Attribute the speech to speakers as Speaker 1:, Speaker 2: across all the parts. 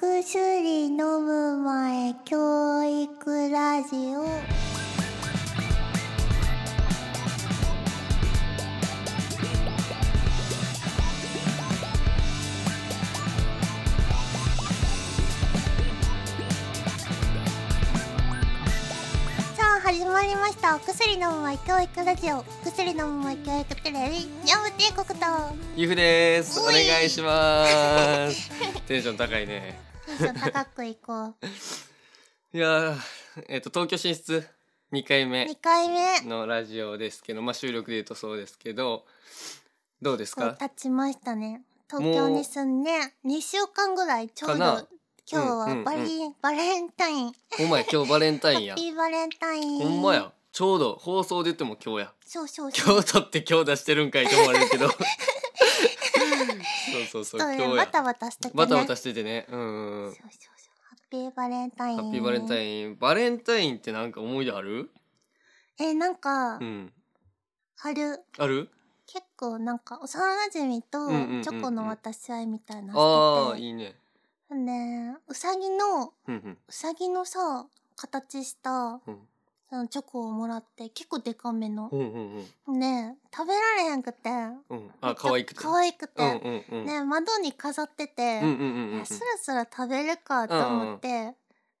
Speaker 1: 薬飲む前教育ラジオさあ始まりましたお薬飲む前教育ラジオお薬飲む前教育テレビニャム帝国と
Speaker 2: ゆふです。お
Speaker 1: おい
Speaker 2: 願い します。テンション高いね。
Speaker 1: テンション高くいこう
Speaker 2: いやー、えっ、と東京進出2回目
Speaker 1: 二回目
Speaker 2: のラジオですけど、まあ収録で言うとそうですけど、どうです
Speaker 1: こう
Speaker 2: か？
Speaker 1: 経ちましたね東京に住んで2週間ぐらいちょうど
Speaker 2: かな
Speaker 1: 今日
Speaker 2: うんうんう
Speaker 1: は
Speaker 2: ん
Speaker 1: バリ、バレンタイン
Speaker 2: お前今日バレンタイン
Speaker 1: ハ
Speaker 2: や
Speaker 1: ッ。ピーバレンタイン
Speaker 2: ほんまや。ちょうど放送で言っても今日や。
Speaker 1: そうそうそう
Speaker 2: 今日撮って今日出してるんかいと思われ るけど。そうそうそう
Speaker 1: ちょっと
Speaker 2: 今
Speaker 1: ね
Speaker 2: 日
Speaker 1: バ
Speaker 2: や。
Speaker 1: タバタしててね
Speaker 2: バタバタしててね。うんうん
Speaker 1: そ
Speaker 2: うん
Speaker 1: う。そうそうハッピーバレンタイン
Speaker 2: ハッピーバレンタ
Speaker 1: ン
Speaker 2: イン。バレンタインってなんか思い出ある？
Speaker 1: えなんか、
Speaker 2: うん。
Speaker 1: 春
Speaker 2: ある？
Speaker 1: 結構なんか幼馴染と
Speaker 2: んうんうんうん
Speaker 1: チョコの渡し合いみたいなのし
Speaker 2: ああ
Speaker 1: てて
Speaker 2: いいね。
Speaker 1: ほんでうさぎの
Speaker 2: うんうん。
Speaker 1: うさぎのさ形した
Speaker 2: うん
Speaker 1: そのチョコをもらって結構デカめの
Speaker 2: うんうんうん
Speaker 1: ねえ食べられへんくて
Speaker 2: うんあ可愛くて
Speaker 1: 可愛くて、
Speaker 2: うんうんうん
Speaker 1: ねえ窓に飾ってて、
Speaker 2: うんうんうん
Speaker 1: い
Speaker 2: うん
Speaker 1: やスラスラ食べるかと思って、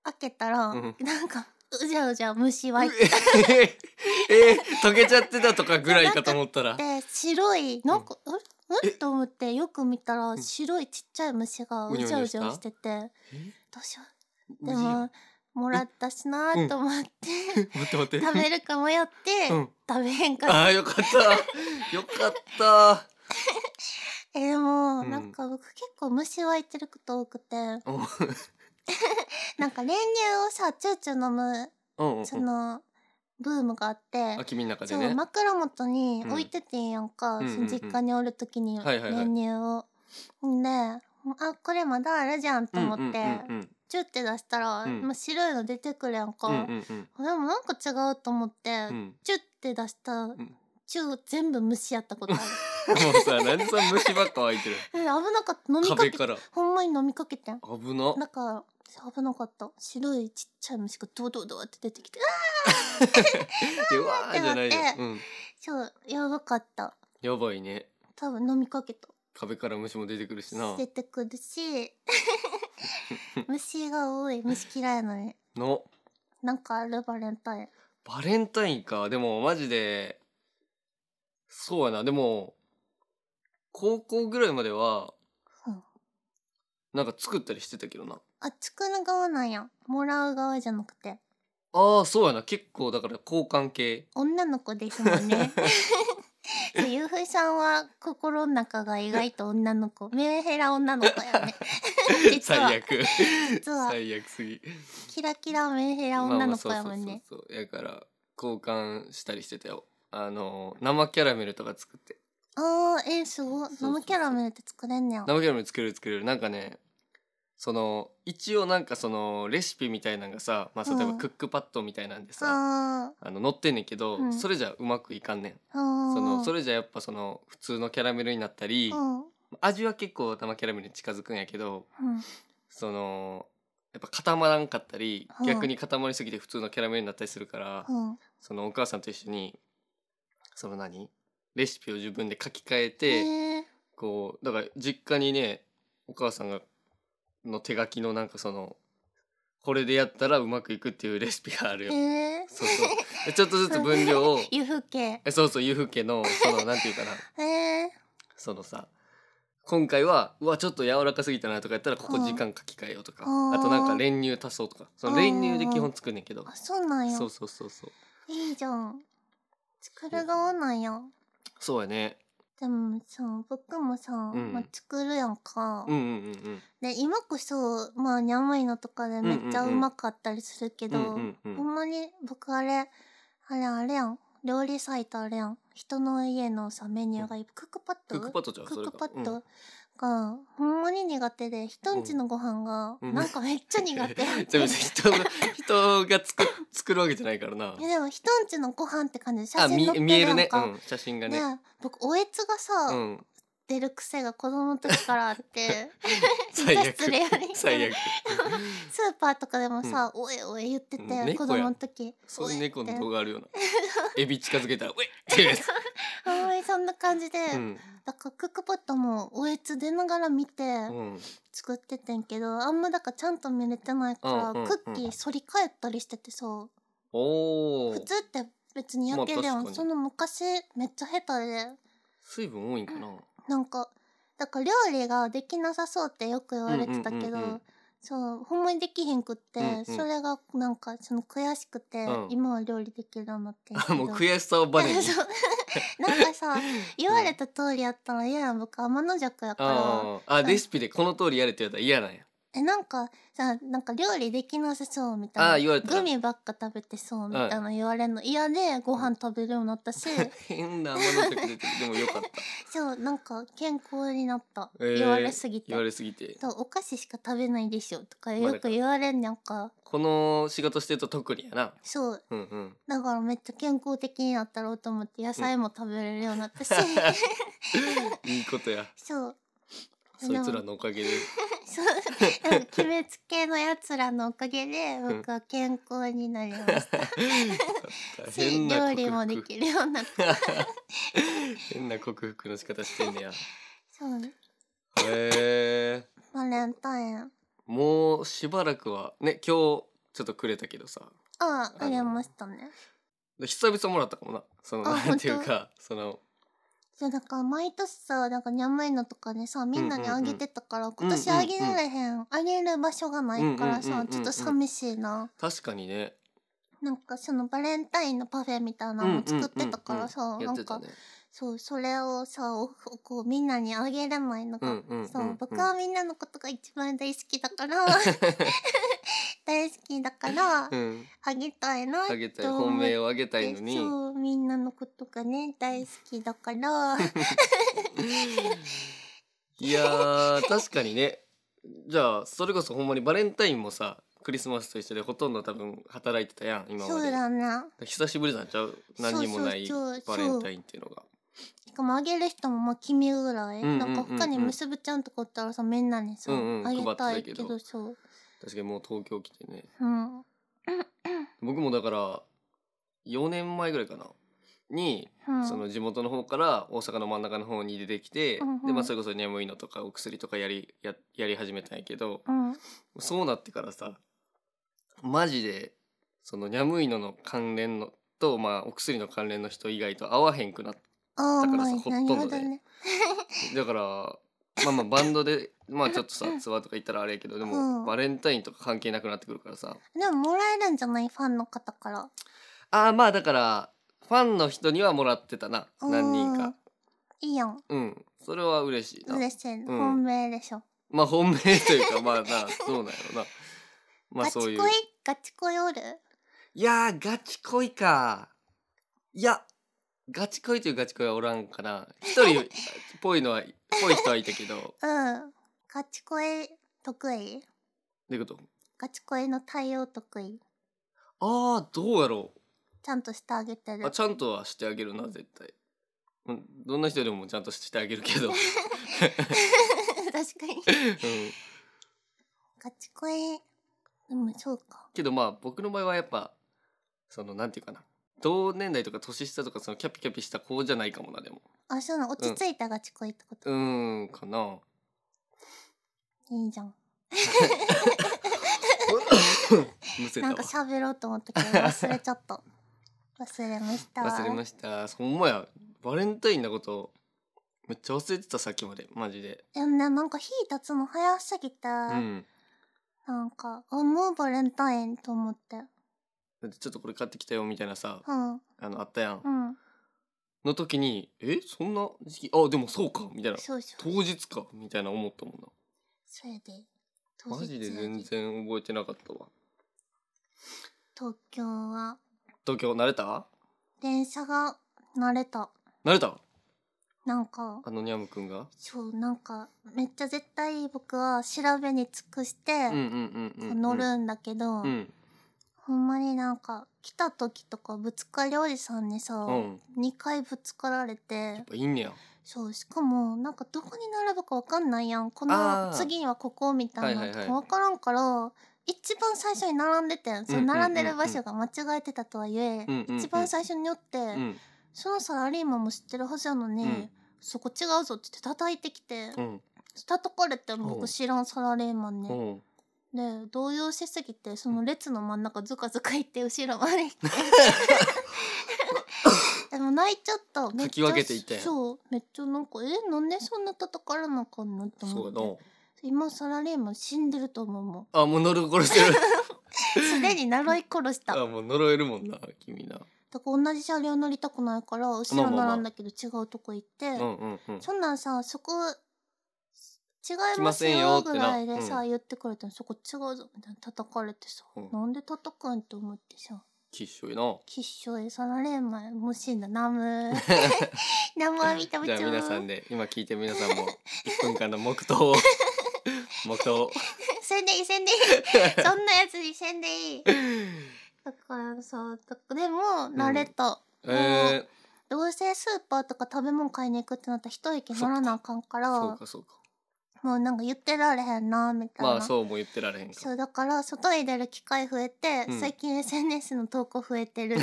Speaker 1: 開けたら、
Speaker 2: うん
Speaker 1: なんかうじゃうじゃ虫湧いて
Speaker 2: え え溶けちゃってたとかぐらいかと思ったら
Speaker 1: て白いなんか、うん、うん
Speaker 2: え
Speaker 1: と思ってよく見たら
Speaker 2: ん
Speaker 1: 白いちっちゃい虫がう
Speaker 2: うにょう
Speaker 1: じ
Speaker 2: に
Speaker 1: ゃ
Speaker 2: ょ
Speaker 1: う
Speaker 2: し
Speaker 1: じ
Speaker 2: た
Speaker 1: ゃしてて
Speaker 2: え
Speaker 1: どうしようで
Speaker 2: 無事やん
Speaker 1: ももらったしなーと思って、
Speaker 2: 待って待っ て
Speaker 1: 食べるか迷って、
Speaker 2: うん
Speaker 1: 食べへんかった
Speaker 2: あーよかったよかった
Speaker 1: えでも、
Speaker 2: うん
Speaker 1: なんか僕結構虫湧いてること多くて
Speaker 2: うんうん
Speaker 1: なんか練乳をさチューチュー飲む
Speaker 2: うんうん
Speaker 1: そのブームがあって
Speaker 2: あ、君の中
Speaker 1: そ
Speaker 2: で
Speaker 1: う
Speaker 2: ね
Speaker 1: 枕元に置いててんやんか、
Speaker 2: うん
Speaker 1: その実家におる時に
Speaker 2: はいはいはい
Speaker 1: 練乳を。んであこれまだあるじゃんと思って、
Speaker 2: うんうん
Speaker 1: チューって出したら、
Speaker 2: うん
Speaker 1: まあ、白いの出てくるやんか、
Speaker 2: うんうんうん
Speaker 1: でもなんか違うと思って、
Speaker 2: うんうん
Speaker 1: チュって出した
Speaker 2: ん
Speaker 1: チュー全部虫やったことあ る
Speaker 2: もうさ何でその虫ばっか湧いてる
Speaker 1: え危なかった飲みか
Speaker 2: 壁
Speaker 1: けて
Speaker 2: から
Speaker 1: ほんまに飲みかけてん
Speaker 2: 危な
Speaker 1: だから危なかった白いちっちゃい虫がドドドって出てきてあ
Speaker 2: でうわーじゃないよ
Speaker 1: 待って
Speaker 2: うん
Speaker 1: そうやばかった
Speaker 2: やばいね
Speaker 1: 多分飲みかけた
Speaker 2: 壁から虫も出てくるしな
Speaker 1: 出てくる し 虫が多い虫嫌いなのに
Speaker 2: の
Speaker 1: なんかあるバレンタイン
Speaker 2: バレンタインか。でも、マジで、そうやな。でも、高校ぐらいまでは、
Speaker 1: うん
Speaker 2: なんか作ったりしてたけどな。
Speaker 1: あ作る側なんやもらう側じゃなくて
Speaker 2: ああ、そうやな。結構、だから交換系。
Speaker 1: 女の子ですもん ねそうゆうふいさんは心の中が意外 と女の子メンヘラ女の子やね 実は
Speaker 2: 最悪。
Speaker 1: 実は
Speaker 2: 最悪すぎ。
Speaker 1: キラキラメンヘラ女の子やもんね
Speaker 2: そうそうそうそう。やから、交換したりしてたよ。あの、生キャラメルとか作って。
Speaker 1: あーえー、すごい
Speaker 2: そうそう
Speaker 1: 生キャラメルって作れんねや
Speaker 2: 生キャラメル作れる作れるなんかねその一応なんかそのレシピみたいなのがさ、まあ、例え
Speaker 1: う
Speaker 2: ば
Speaker 1: ん
Speaker 2: クックパッドみたいなんでさ、
Speaker 1: あ
Speaker 2: あの載ってんねんけど、
Speaker 1: うん
Speaker 2: それじゃうまくいかんねん、
Speaker 1: ーあ
Speaker 2: そのそ
Speaker 1: れ
Speaker 2: れじゃやっぱその普通のキャラメルになったり、
Speaker 1: うんうん
Speaker 2: 味は結構生キャラメルに近づくんやけどそのやっぱ固まらんかったり、
Speaker 1: うん
Speaker 2: 逆に固まりすぎて普通のキャラメルになったりするから、
Speaker 1: うん
Speaker 2: そのお母さんと一緒にその何レシピを自分で書き換え
Speaker 1: え
Speaker 2: て、
Speaker 1: ー
Speaker 2: こうだから実家にねお母さんがの手書きのなんかそのこれでやったらうまくいくっていうレシピがあるよ。
Speaker 1: えー
Speaker 2: そうそうでちょっとずつ 分量を
Speaker 1: 湯風景
Speaker 2: えそうそうゆふ家のそのなんていうかな
Speaker 1: えー、
Speaker 2: そのさ今回はうわちょっと柔らかすぎたなとかやったらここ時間書き換えようとか、
Speaker 1: うん
Speaker 2: あとなんか練乳足そうとかその練乳で基本作んねんけど、
Speaker 1: あそうなんや
Speaker 2: そうそうそうそう
Speaker 1: いいじゃん作る側なんや
Speaker 2: そうやね
Speaker 1: でもさ僕もさ、
Speaker 2: ん
Speaker 1: まあ、作るやんか、
Speaker 2: うんうんうん
Speaker 1: で今こそまあにゃむいのとかでめっちゃ
Speaker 2: うん
Speaker 1: う
Speaker 2: うんうん
Speaker 1: まかったりするけど、
Speaker 2: うんうんうん
Speaker 1: ほんまに僕あれあれあれやん料理サイトあれやん人の家のさメニューがいい、クックパッド
Speaker 2: クックパッドじゃん
Speaker 1: ク
Speaker 2: それ
Speaker 1: ッ
Speaker 2: が
Speaker 1: クパッドがほんまに苦手で人んちのご飯が
Speaker 2: うん
Speaker 1: なんかめっちゃ苦 手やっ
Speaker 2: で
Speaker 1: て
Speaker 2: も人が人が作作るわけじゃないからな
Speaker 1: えでも人んちのご飯って感じで写
Speaker 2: あ
Speaker 1: 真
Speaker 2: 見
Speaker 1: 載って
Speaker 2: 見
Speaker 1: る
Speaker 2: え
Speaker 1: や
Speaker 2: る
Speaker 1: ん
Speaker 2: ね、う
Speaker 1: か、
Speaker 2: ん、写真が
Speaker 1: ね
Speaker 2: ね
Speaker 1: 僕おえつがさ、
Speaker 2: うん、
Speaker 1: てる癖が子供の時からあって
Speaker 2: 最悪
Speaker 1: 失礼よね
Speaker 2: 最 悪
Speaker 1: スーパーとかでもさ「おえおえ」言ってた
Speaker 2: う
Speaker 1: よ、
Speaker 2: ん猫
Speaker 1: 子供
Speaker 2: や
Speaker 1: の
Speaker 2: ん
Speaker 1: 時
Speaker 2: その
Speaker 1: おえって
Speaker 2: 猫の動画あるようなエビ近づけたら「ウェッ!」ってやつ、
Speaker 1: あんまりそんな感じで、
Speaker 2: うん
Speaker 1: だからクックパッドもおえつ出ながら見て
Speaker 2: うん、
Speaker 1: 作っててんけど、あんまだからちゃんと見れてないから、
Speaker 2: うんうんうん
Speaker 1: クッキー反り返ったりしててさ
Speaker 2: おお
Speaker 1: 普通って別にやけるや
Speaker 2: まあ
Speaker 1: ん、
Speaker 2: 確かに
Speaker 1: その昔めっちゃ下手で
Speaker 2: 水分多いんかな、
Speaker 1: なんかだから料理ができなさそうってよく言われてたけど、
Speaker 2: うんうんうんうん
Speaker 1: そうほんまにできひんくって、
Speaker 2: うんうん
Speaker 1: それがなんかその悔しくて、
Speaker 2: うん
Speaker 1: 今は料理できるようになってんけ
Speaker 2: あ
Speaker 1: ど
Speaker 2: もう悔しさをバネに
Speaker 1: そうなんかさ言われた通りやったら嫌やん僕天の弱やから
Speaker 2: あーあレシピでこの通りやれってやったら嫌なんや
Speaker 1: えなんかさなんか料理できなさそうみ
Speaker 2: あ
Speaker 1: た
Speaker 2: ー
Speaker 1: い
Speaker 2: 言わ
Speaker 1: な
Speaker 2: れたな
Speaker 1: グミばっか食べてそうみたいな言われるの嫌でご飯食べるようになったし
Speaker 2: 変なものとか出てるでもよかった
Speaker 1: そうなんか健康になった、
Speaker 2: えー
Speaker 1: 言われすぎて
Speaker 2: 言われすぎて
Speaker 1: そうお菓子しか食べないでしょとか
Speaker 2: まあ
Speaker 1: よく言われんなんか
Speaker 2: この仕事してると特にやな
Speaker 1: そう
Speaker 2: うん うん
Speaker 1: だからめっちゃ健康的になったろうと思って野菜も食べれるようになったし、
Speaker 2: いいことや
Speaker 1: そう
Speaker 2: そいつらのおかげで
Speaker 1: そうなんか決めつけのやつらのおかげで僕は健康になりま した
Speaker 2: 大
Speaker 1: し
Speaker 2: 変な
Speaker 1: 料
Speaker 2: 克
Speaker 1: 理もで
Speaker 2: 服
Speaker 1: きるようになった
Speaker 2: 変な克服の仕方してんねやへ
Speaker 1: そう
Speaker 2: え
Speaker 1: バレンタインあ
Speaker 2: もうしばらくはね今日ちょっとくれたけどさ
Speaker 1: あ
Speaker 2: あの
Speaker 1: あげましたね
Speaker 2: 久々もらったかもなその
Speaker 1: あ
Speaker 2: なんていうかその
Speaker 1: そうだから毎年さなんかにゃんまいのとかでさみんなにあげてたから、今年あげられへん、あげる場所がないから
Speaker 2: うんうん
Speaker 1: さ、
Speaker 2: うんうん
Speaker 1: ちょっと寂しいな
Speaker 2: 確かにね
Speaker 1: なんかそのバレンタインのパフェみたいなのも作ってたからさ、
Speaker 2: うんうんうんうん
Speaker 1: な
Speaker 2: や
Speaker 1: ん
Speaker 2: ってた
Speaker 1: か
Speaker 2: ね
Speaker 1: そうそれをさおこうみんなにあげれないのが、
Speaker 2: うんうんうんうん
Speaker 1: そう僕はみんなのことが一番大好きだから 大好きだから、
Speaker 2: うん
Speaker 1: あげたいな
Speaker 2: あげたい
Speaker 1: と思
Speaker 2: 本
Speaker 1: って
Speaker 2: 命をあげたいのに
Speaker 1: そうみんなのことがね大好きだ から
Speaker 2: いやー確かにねじゃあそれこそほんまにバレンタインもさクリスマスと一緒でほとんど多分働いてたやん今
Speaker 1: そ
Speaker 2: ま
Speaker 1: う
Speaker 2: で
Speaker 1: だな
Speaker 2: 久しぶりなんちゃう何にもない
Speaker 1: そうそうそ
Speaker 2: バ
Speaker 1: う
Speaker 2: レンタインっていうのが
Speaker 1: しかもあげる人もまあ君ぐらい、
Speaker 2: うんうんうんうん
Speaker 1: なんか他に結ぶちゃんとかおったらさみんなにさ、
Speaker 2: うんうん
Speaker 1: あげた
Speaker 2: 配
Speaker 1: い
Speaker 2: ってたけ
Speaker 1: け
Speaker 2: ど
Speaker 1: どそう
Speaker 2: 確かにもう東京来てね
Speaker 1: うん
Speaker 2: 僕もだから4年前ぐらいかなに
Speaker 1: うん
Speaker 2: その地元の方から大阪の真ん中の方に出てきて、
Speaker 1: うんうん
Speaker 2: でまあ、それこそ眠いのとかお薬とかやりややり始めたんやけど
Speaker 1: うん
Speaker 2: そうなってからさマジでそのニャムイノの関連のと、まあ、お薬の関連の人以外と会わへんくなっ
Speaker 1: ああ
Speaker 2: だから
Speaker 1: ま
Speaker 2: さ
Speaker 1: あ
Speaker 2: ほと
Speaker 1: なんる
Speaker 2: ど
Speaker 1: ほど
Speaker 2: ね
Speaker 1: ね
Speaker 2: てだからまあまあバンドで まあちょっとさツアーとか行ったらあれやけどでも、
Speaker 1: うん
Speaker 2: バレンタインとか関係なくなってくるからさ
Speaker 1: でももらえるんじゃないファンの方から
Speaker 2: ああまあだからファンの人にはもらってたな何人か
Speaker 1: いいやん
Speaker 2: うんそれは嬉しいな
Speaker 1: 嬉しい、
Speaker 2: ん
Speaker 1: 本命でしょ
Speaker 2: まあ本命というかまあなそうなんやろなまあ
Speaker 1: ガ
Speaker 2: そう
Speaker 1: チ
Speaker 2: いう
Speaker 1: 恋ガチ恋おる
Speaker 2: いやーガチ恋かいやガチ恋というガチ恋はおらんかな一人ぽいのはぽい人はいたけどど
Speaker 1: うんガチ恋得意
Speaker 2: ういうこと
Speaker 1: ガチ恋の対応得意
Speaker 2: ああどうやろ
Speaker 1: ちゃんとしてあげて
Speaker 2: うあ
Speaker 1: る
Speaker 2: ちゃんとはしてあげるな絶対うんどんな人でもちゃんとしてあげるけど、うん、
Speaker 1: 確かにガチ恋でもそうか
Speaker 2: けどまあ僕の場合はやっぱそのなんていうかな同年代とか年下とかそのキャピキャピした子じゃないかもなでも
Speaker 1: あそうなの落ち着いたガチ恋ってこと、
Speaker 2: うーんかない
Speaker 1: いじゃん
Speaker 2: むせた
Speaker 1: なん
Speaker 2: わ
Speaker 1: か喋ろうと思ったけど忘れちゃった 忘れました
Speaker 2: 忘れましたほんまやバレンタインのことめっちゃ忘れてたさっきまでマジで
Speaker 1: でもねなんか日立つの早すぎて、
Speaker 2: うん
Speaker 1: なんかあもうバレンタインと思って
Speaker 2: だってちょっとこれ買ってきたよみたいなさ
Speaker 1: うん
Speaker 2: あのあったやん
Speaker 1: うん
Speaker 2: の時にえそんな時期あでもそうかみたいな
Speaker 1: そうそう
Speaker 2: 当日かみたいな思ったもん
Speaker 1: それで当
Speaker 2: なマ
Speaker 1: 日
Speaker 2: ジで全然覚えてなかったわ
Speaker 1: 東京は
Speaker 2: 東京慣れた
Speaker 1: 電車が慣れた
Speaker 2: 慣れた
Speaker 1: なんか
Speaker 2: あのニャムくんが
Speaker 1: そうなんかめっちゃ絶対僕は調べに尽くし
Speaker 2: うんうん
Speaker 1: て、
Speaker 2: うんうん
Speaker 1: 乗るんだけど、
Speaker 2: うん
Speaker 1: ほんまになんか来た時とかぶつかりおじさんにさ、
Speaker 2: うん
Speaker 1: 2回ぶつかられて
Speaker 2: やっぱいいんねや
Speaker 1: そうしかもなんかどこに並ぶかわかんないやんこ
Speaker 2: あ
Speaker 1: の
Speaker 2: ー
Speaker 1: 次はここみたいな
Speaker 2: はいはいはい
Speaker 1: のわからんから、一番最初に並んでてんその
Speaker 2: うんうんうんうん
Speaker 1: 並んでる場所が間違えてたとはいえ、
Speaker 2: うんうんうん
Speaker 1: 一番最初に寄って、
Speaker 2: うん
Speaker 1: そのサラリーマンも知ってるはずやのに、
Speaker 2: うん
Speaker 1: そこ違うぞって言って叩いてきて、
Speaker 2: うん
Speaker 1: 叩かれても
Speaker 2: おう
Speaker 1: 僕知らんサラリーマンに、
Speaker 2: うん
Speaker 1: で動揺しすぎてその列の真ん中ずかずか行って後ろまで行って でも泣いちゃっためっちゃ
Speaker 2: かき分けていったんや
Speaker 1: そうめっちゃなんかえなんでそんな叩かれなあかんのって
Speaker 2: そ
Speaker 1: 思
Speaker 2: う
Speaker 1: っ
Speaker 2: だ
Speaker 1: て今サラリーマン死んでると思う もん
Speaker 2: なあもう呪い殺して る
Speaker 1: すでに呪い殺した
Speaker 2: あ
Speaker 1: だか
Speaker 2: もう呪えるもんな君な
Speaker 1: ら同じ車両乗りたくないから後ろ並んだけど違うとこ行って、
Speaker 2: うんうんうん
Speaker 1: そんなんさそこ違い
Speaker 2: 来
Speaker 1: ま
Speaker 2: ますせんよ
Speaker 1: よ
Speaker 2: って
Speaker 1: ぐ
Speaker 2: な
Speaker 1: らいでさ、
Speaker 2: う
Speaker 1: 言ってくれたのそこ違うぞみたいな叩かれてさ、
Speaker 2: うん
Speaker 1: なんで叩くんって思ってさ
Speaker 2: きっしょいな
Speaker 1: 吉祥寺サラレーマンもしんだナ ムナムアミタブチ
Speaker 2: じ
Speaker 1: ョ
Speaker 2: ゃあ皆さ ん
Speaker 1: ー
Speaker 2: で今聞いてる皆さ んも1分間の黙祷を黙祷を
Speaker 1: 宣伝いい宣 伝いいそんなやつに宣伝いいだからさでも慣れた、
Speaker 2: えー、
Speaker 1: どうせスーパーとか食べ物買いに行くってなったら一息乗らなあかんから
Speaker 2: そうかそうか
Speaker 1: もうなんか言ってられへんなみたいな、
Speaker 2: まあそうも言ってられへんか
Speaker 1: そうだから外に出る機会増えて、
Speaker 2: うん
Speaker 1: 最近 SNS の投稿増え てる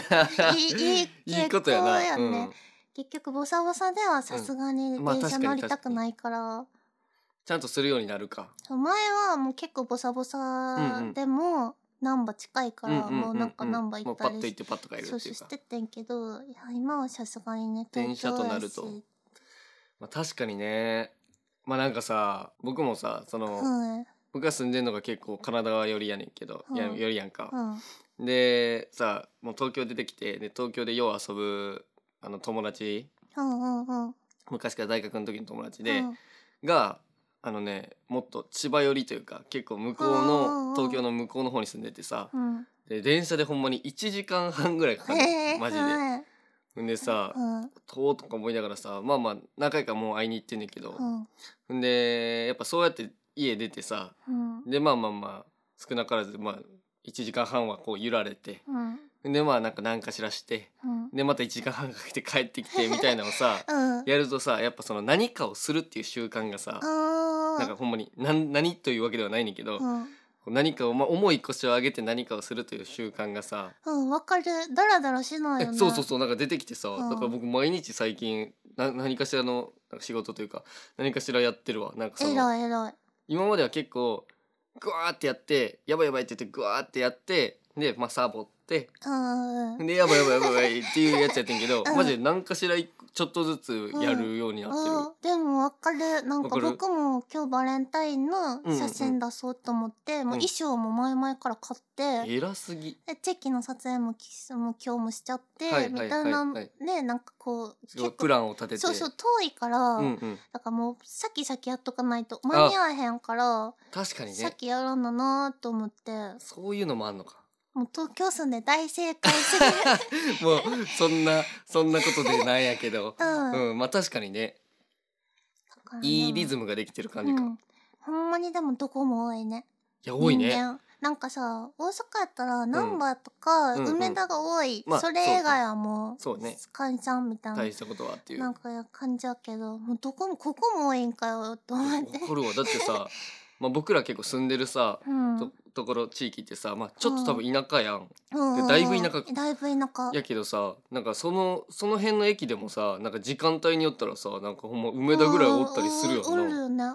Speaker 1: いいいい
Speaker 2: いいことやな
Speaker 1: 傾向やね
Speaker 2: うん、
Speaker 1: 結局ボサボサではさすがに
Speaker 2: うんまあ
Speaker 1: 電車
Speaker 2: 確か
Speaker 1: 乗
Speaker 2: に
Speaker 1: りたくないから、
Speaker 2: ちゃんとするようになるか
Speaker 1: そう前はもう結構ボサボ
Speaker 2: うんう
Speaker 1: サ
Speaker 2: ん
Speaker 1: でも難波近いから、
Speaker 2: んんん
Speaker 1: もうなんか難波行
Speaker 2: も
Speaker 1: っ
Speaker 2: うパ
Speaker 1: たり
Speaker 2: ッと行っ
Speaker 1: して
Speaker 2: パッと帰るって
Speaker 1: そう
Speaker 2: い
Speaker 1: そう
Speaker 2: う
Speaker 1: し
Speaker 2: か
Speaker 1: てってんけどいや今はさすがにね
Speaker 2: 電車となると
Speaker 1: 東京
Speaker 2: 確かにねまあなんかさ僕もさそ
Speaker 1: や
Speaker 2: の、
Speaker 1: しはい
Speaker 2: 僕が住んでんのが結構体はよりやねんけど、や
Speaker 1: うん
Speaker 2: よりやんか、
Speaker 1: うん
Speaker 2: でさもう東京出てきてで東京でよう遊ぶあの友達
Speaker 1: うんうんうん
Speaker 2: 昔から大学の時の友達
Speaker 1: う
Speaker 2: で、
Speaker 1: ん
Speaker 2: があのねもっと千葉寄りというか結構向こう
Speaker 1: うんうんう
Speaker 2: の
Speaker 1: ん
Speaker 2: 東京の向こうの方に住んでてさ
Speaker 1: うん
Speaker 2: で電車でほんまに1時間半ぐらいかかる、
Speaker 1: えー
Speaker 2: マジで。
Speaker 1: はい
Speaker 2: ほんでさ
Speaker 1: うんうん
Speaker 2: 遠とか思いながらさまあまあ何回かもう会いに行ってんねんけど、ほんでやっぱそうやって家出てさ
Speaker 1: うん
Speaker 2: でまあまあまあ少なからずまあ1時間半はこう揺られて
Speaker 1: うん
Speaker 2: でまあなんか何かしらして
Speaker 1: うん
Speaker 2: でまた1時間半かけて帰ってきてみたいなのを さ
Speaker 1: うん
Speaker 2: やるとさやっぱその何かをするっていう習慣がさ
Speaker 1: あー
Speaker 2: なんかほんまに何何というわけではないねんけど、
Speaker 1: うん
Speaker 2: 何かを、まあ、重い腰を上げて何かをするという習慣がさ、
Speaker 1: うんわかるダラダラしない
Speaker 2: え
Speaker 1: よね
Speaker 2: そうそうそうなんか出てきてさ、
Speaker 1: うん
Speaker 2: だから僕毎日最近な何かしらのなんか仕事というか何かしらやってるわなんかそ
Speaker 1: え
Speaker 2: の
Speaker 1: らいえらい
Speaker 2: 今までは結構グワーってやってやばいやばいって言ってグワーってやってでまあサボって
Speaker 1: うんうん
Speaker 2: でやばいやばいやばいやばいっていうやつやってんけど、
Speaker 1: うん
Speaker 2: マジで何かしら一個ちょっとずつやるようになってる、
Speaker 1: あーでもわかるなん
Speaker 2: わ
Speaker 1: か
Speaker 2: かる
Speaker 1: 僕も今日バレンタインの写真出そうと思って、もう衣装も前々から買って、
Speaker 2: 偉すぎ
Speaker 1: でチェキの撮影もきもう今日もしちゃって、
Speaker 2: はいはいはいはい
Speaker 1: みたいなねなんかこう結
Speaker 2: プ
Speaker 1: 構
Speaker 2: ランを立てて
Speaker 1: そうそう遠いから、
Speaker 2: うんうん、
Speaker 1: だからもう先々やっとかないと間に合わへんから、
Speaker 2: 確かにね
Speaker 1: 先やらんだなと思って
Speaker 2: そういうのもあんのか
Speaker 1: もう東京住んで大正解すぎ る
Speaker 2: もうそんなそんなことでなんやけど、
Speaker 1: うん、だ
Speaker 2: うん、まあ確かにね
Speaker 1: からね
Speaker 2: いいリズムができてる感じか、
Speaker 1: う
Speaker 2: い
Speaker 1: ん、ほんまにでもどこも多いね
Speaker 2: や多い
Speaker 1: 人
Speaker 2: ね
Speaker 1: 間なんかさ大阪やったら難波とか
Speaker 2: うんうんうん
Speaker 1: 梅田が多い、
Speaker 2: まあ
Speaker 1: それ以外はもう
Speaker 2: そうね
Speaker 1: 解散みたいな
Speaker 2: 大したことはっていう
Speaker 1: なん
Speaker 2: わ
Speaker 1: か感じやけどもうどこもここも多いんかよと思って。
Speaker 2: かるわだってさ、まあ、僕ら結構住んでるさ
Speaker 1: うん、
Speaker 2: とところ地域ってさ、まあ、ちょっと多分田舎やん、
Speaker 1: うんうんうん
Speaker 2: だいぶ田舎
Speaker 1: だいぶ田舎
Speaker 2: やけどさなんかそのその辺の駅でもさなんか時間帯によったらさなんかほんま梅田ぐらいおったりする
Speaker 1: うんうんうんお
Speaker 2: よ
Speaker 1: る
Speaker 2: な
Speaker 1: よ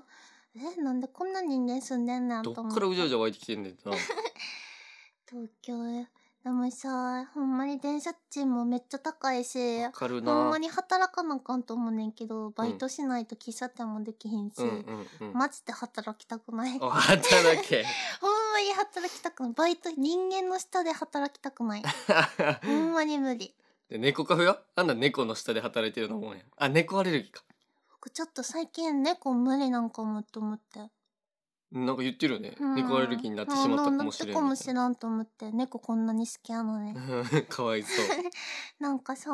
Speaker 1: ねえなんでこんな人間住んでんねん
Speaker 2: ど
Speaker 1: と
Speaker 2: っ
Speaker 1: 思って
Speaker 2: からうじゃうじゃ湧いてきてんねんってな
Speaker 1: 東京へでもさほんまに電車賃もめっちゃ高いし
Speaker 2: わかるな
Speaker 1: ほんまに働かなあかんと思うねんけどバイトしないと喫茶店もできひんし、
Speaker 2: うんうんうん、
Speaker 1: マジで働きたくない。ほん
Speaker 2: お働け
Speaker 1: まに働きたくない。バイト、人間の下で働きたく ない。ほんまに無理。
Speaker 2: で猫カフェはあんな猫の下で働いてるのもんやあ猫アレルギーか
Speaker 1: 僕ちょっと最近猫無理なんかもと思って。
Speaker 2: なんか言ってるよね、
Speaker 1: うん
Speaker 2: 猫アレルギーになってしまったかもしれ
Speaker 1: なってか
Speaker 2: ん
Speaker 1: も
Speaker 2: み
Speaker 1: した
Speaker 2: い
Speaker 1: れんと思って。猫こんなに好きやのに。
Speaker 2: な かわいそう
Speaker 1: なんかさ、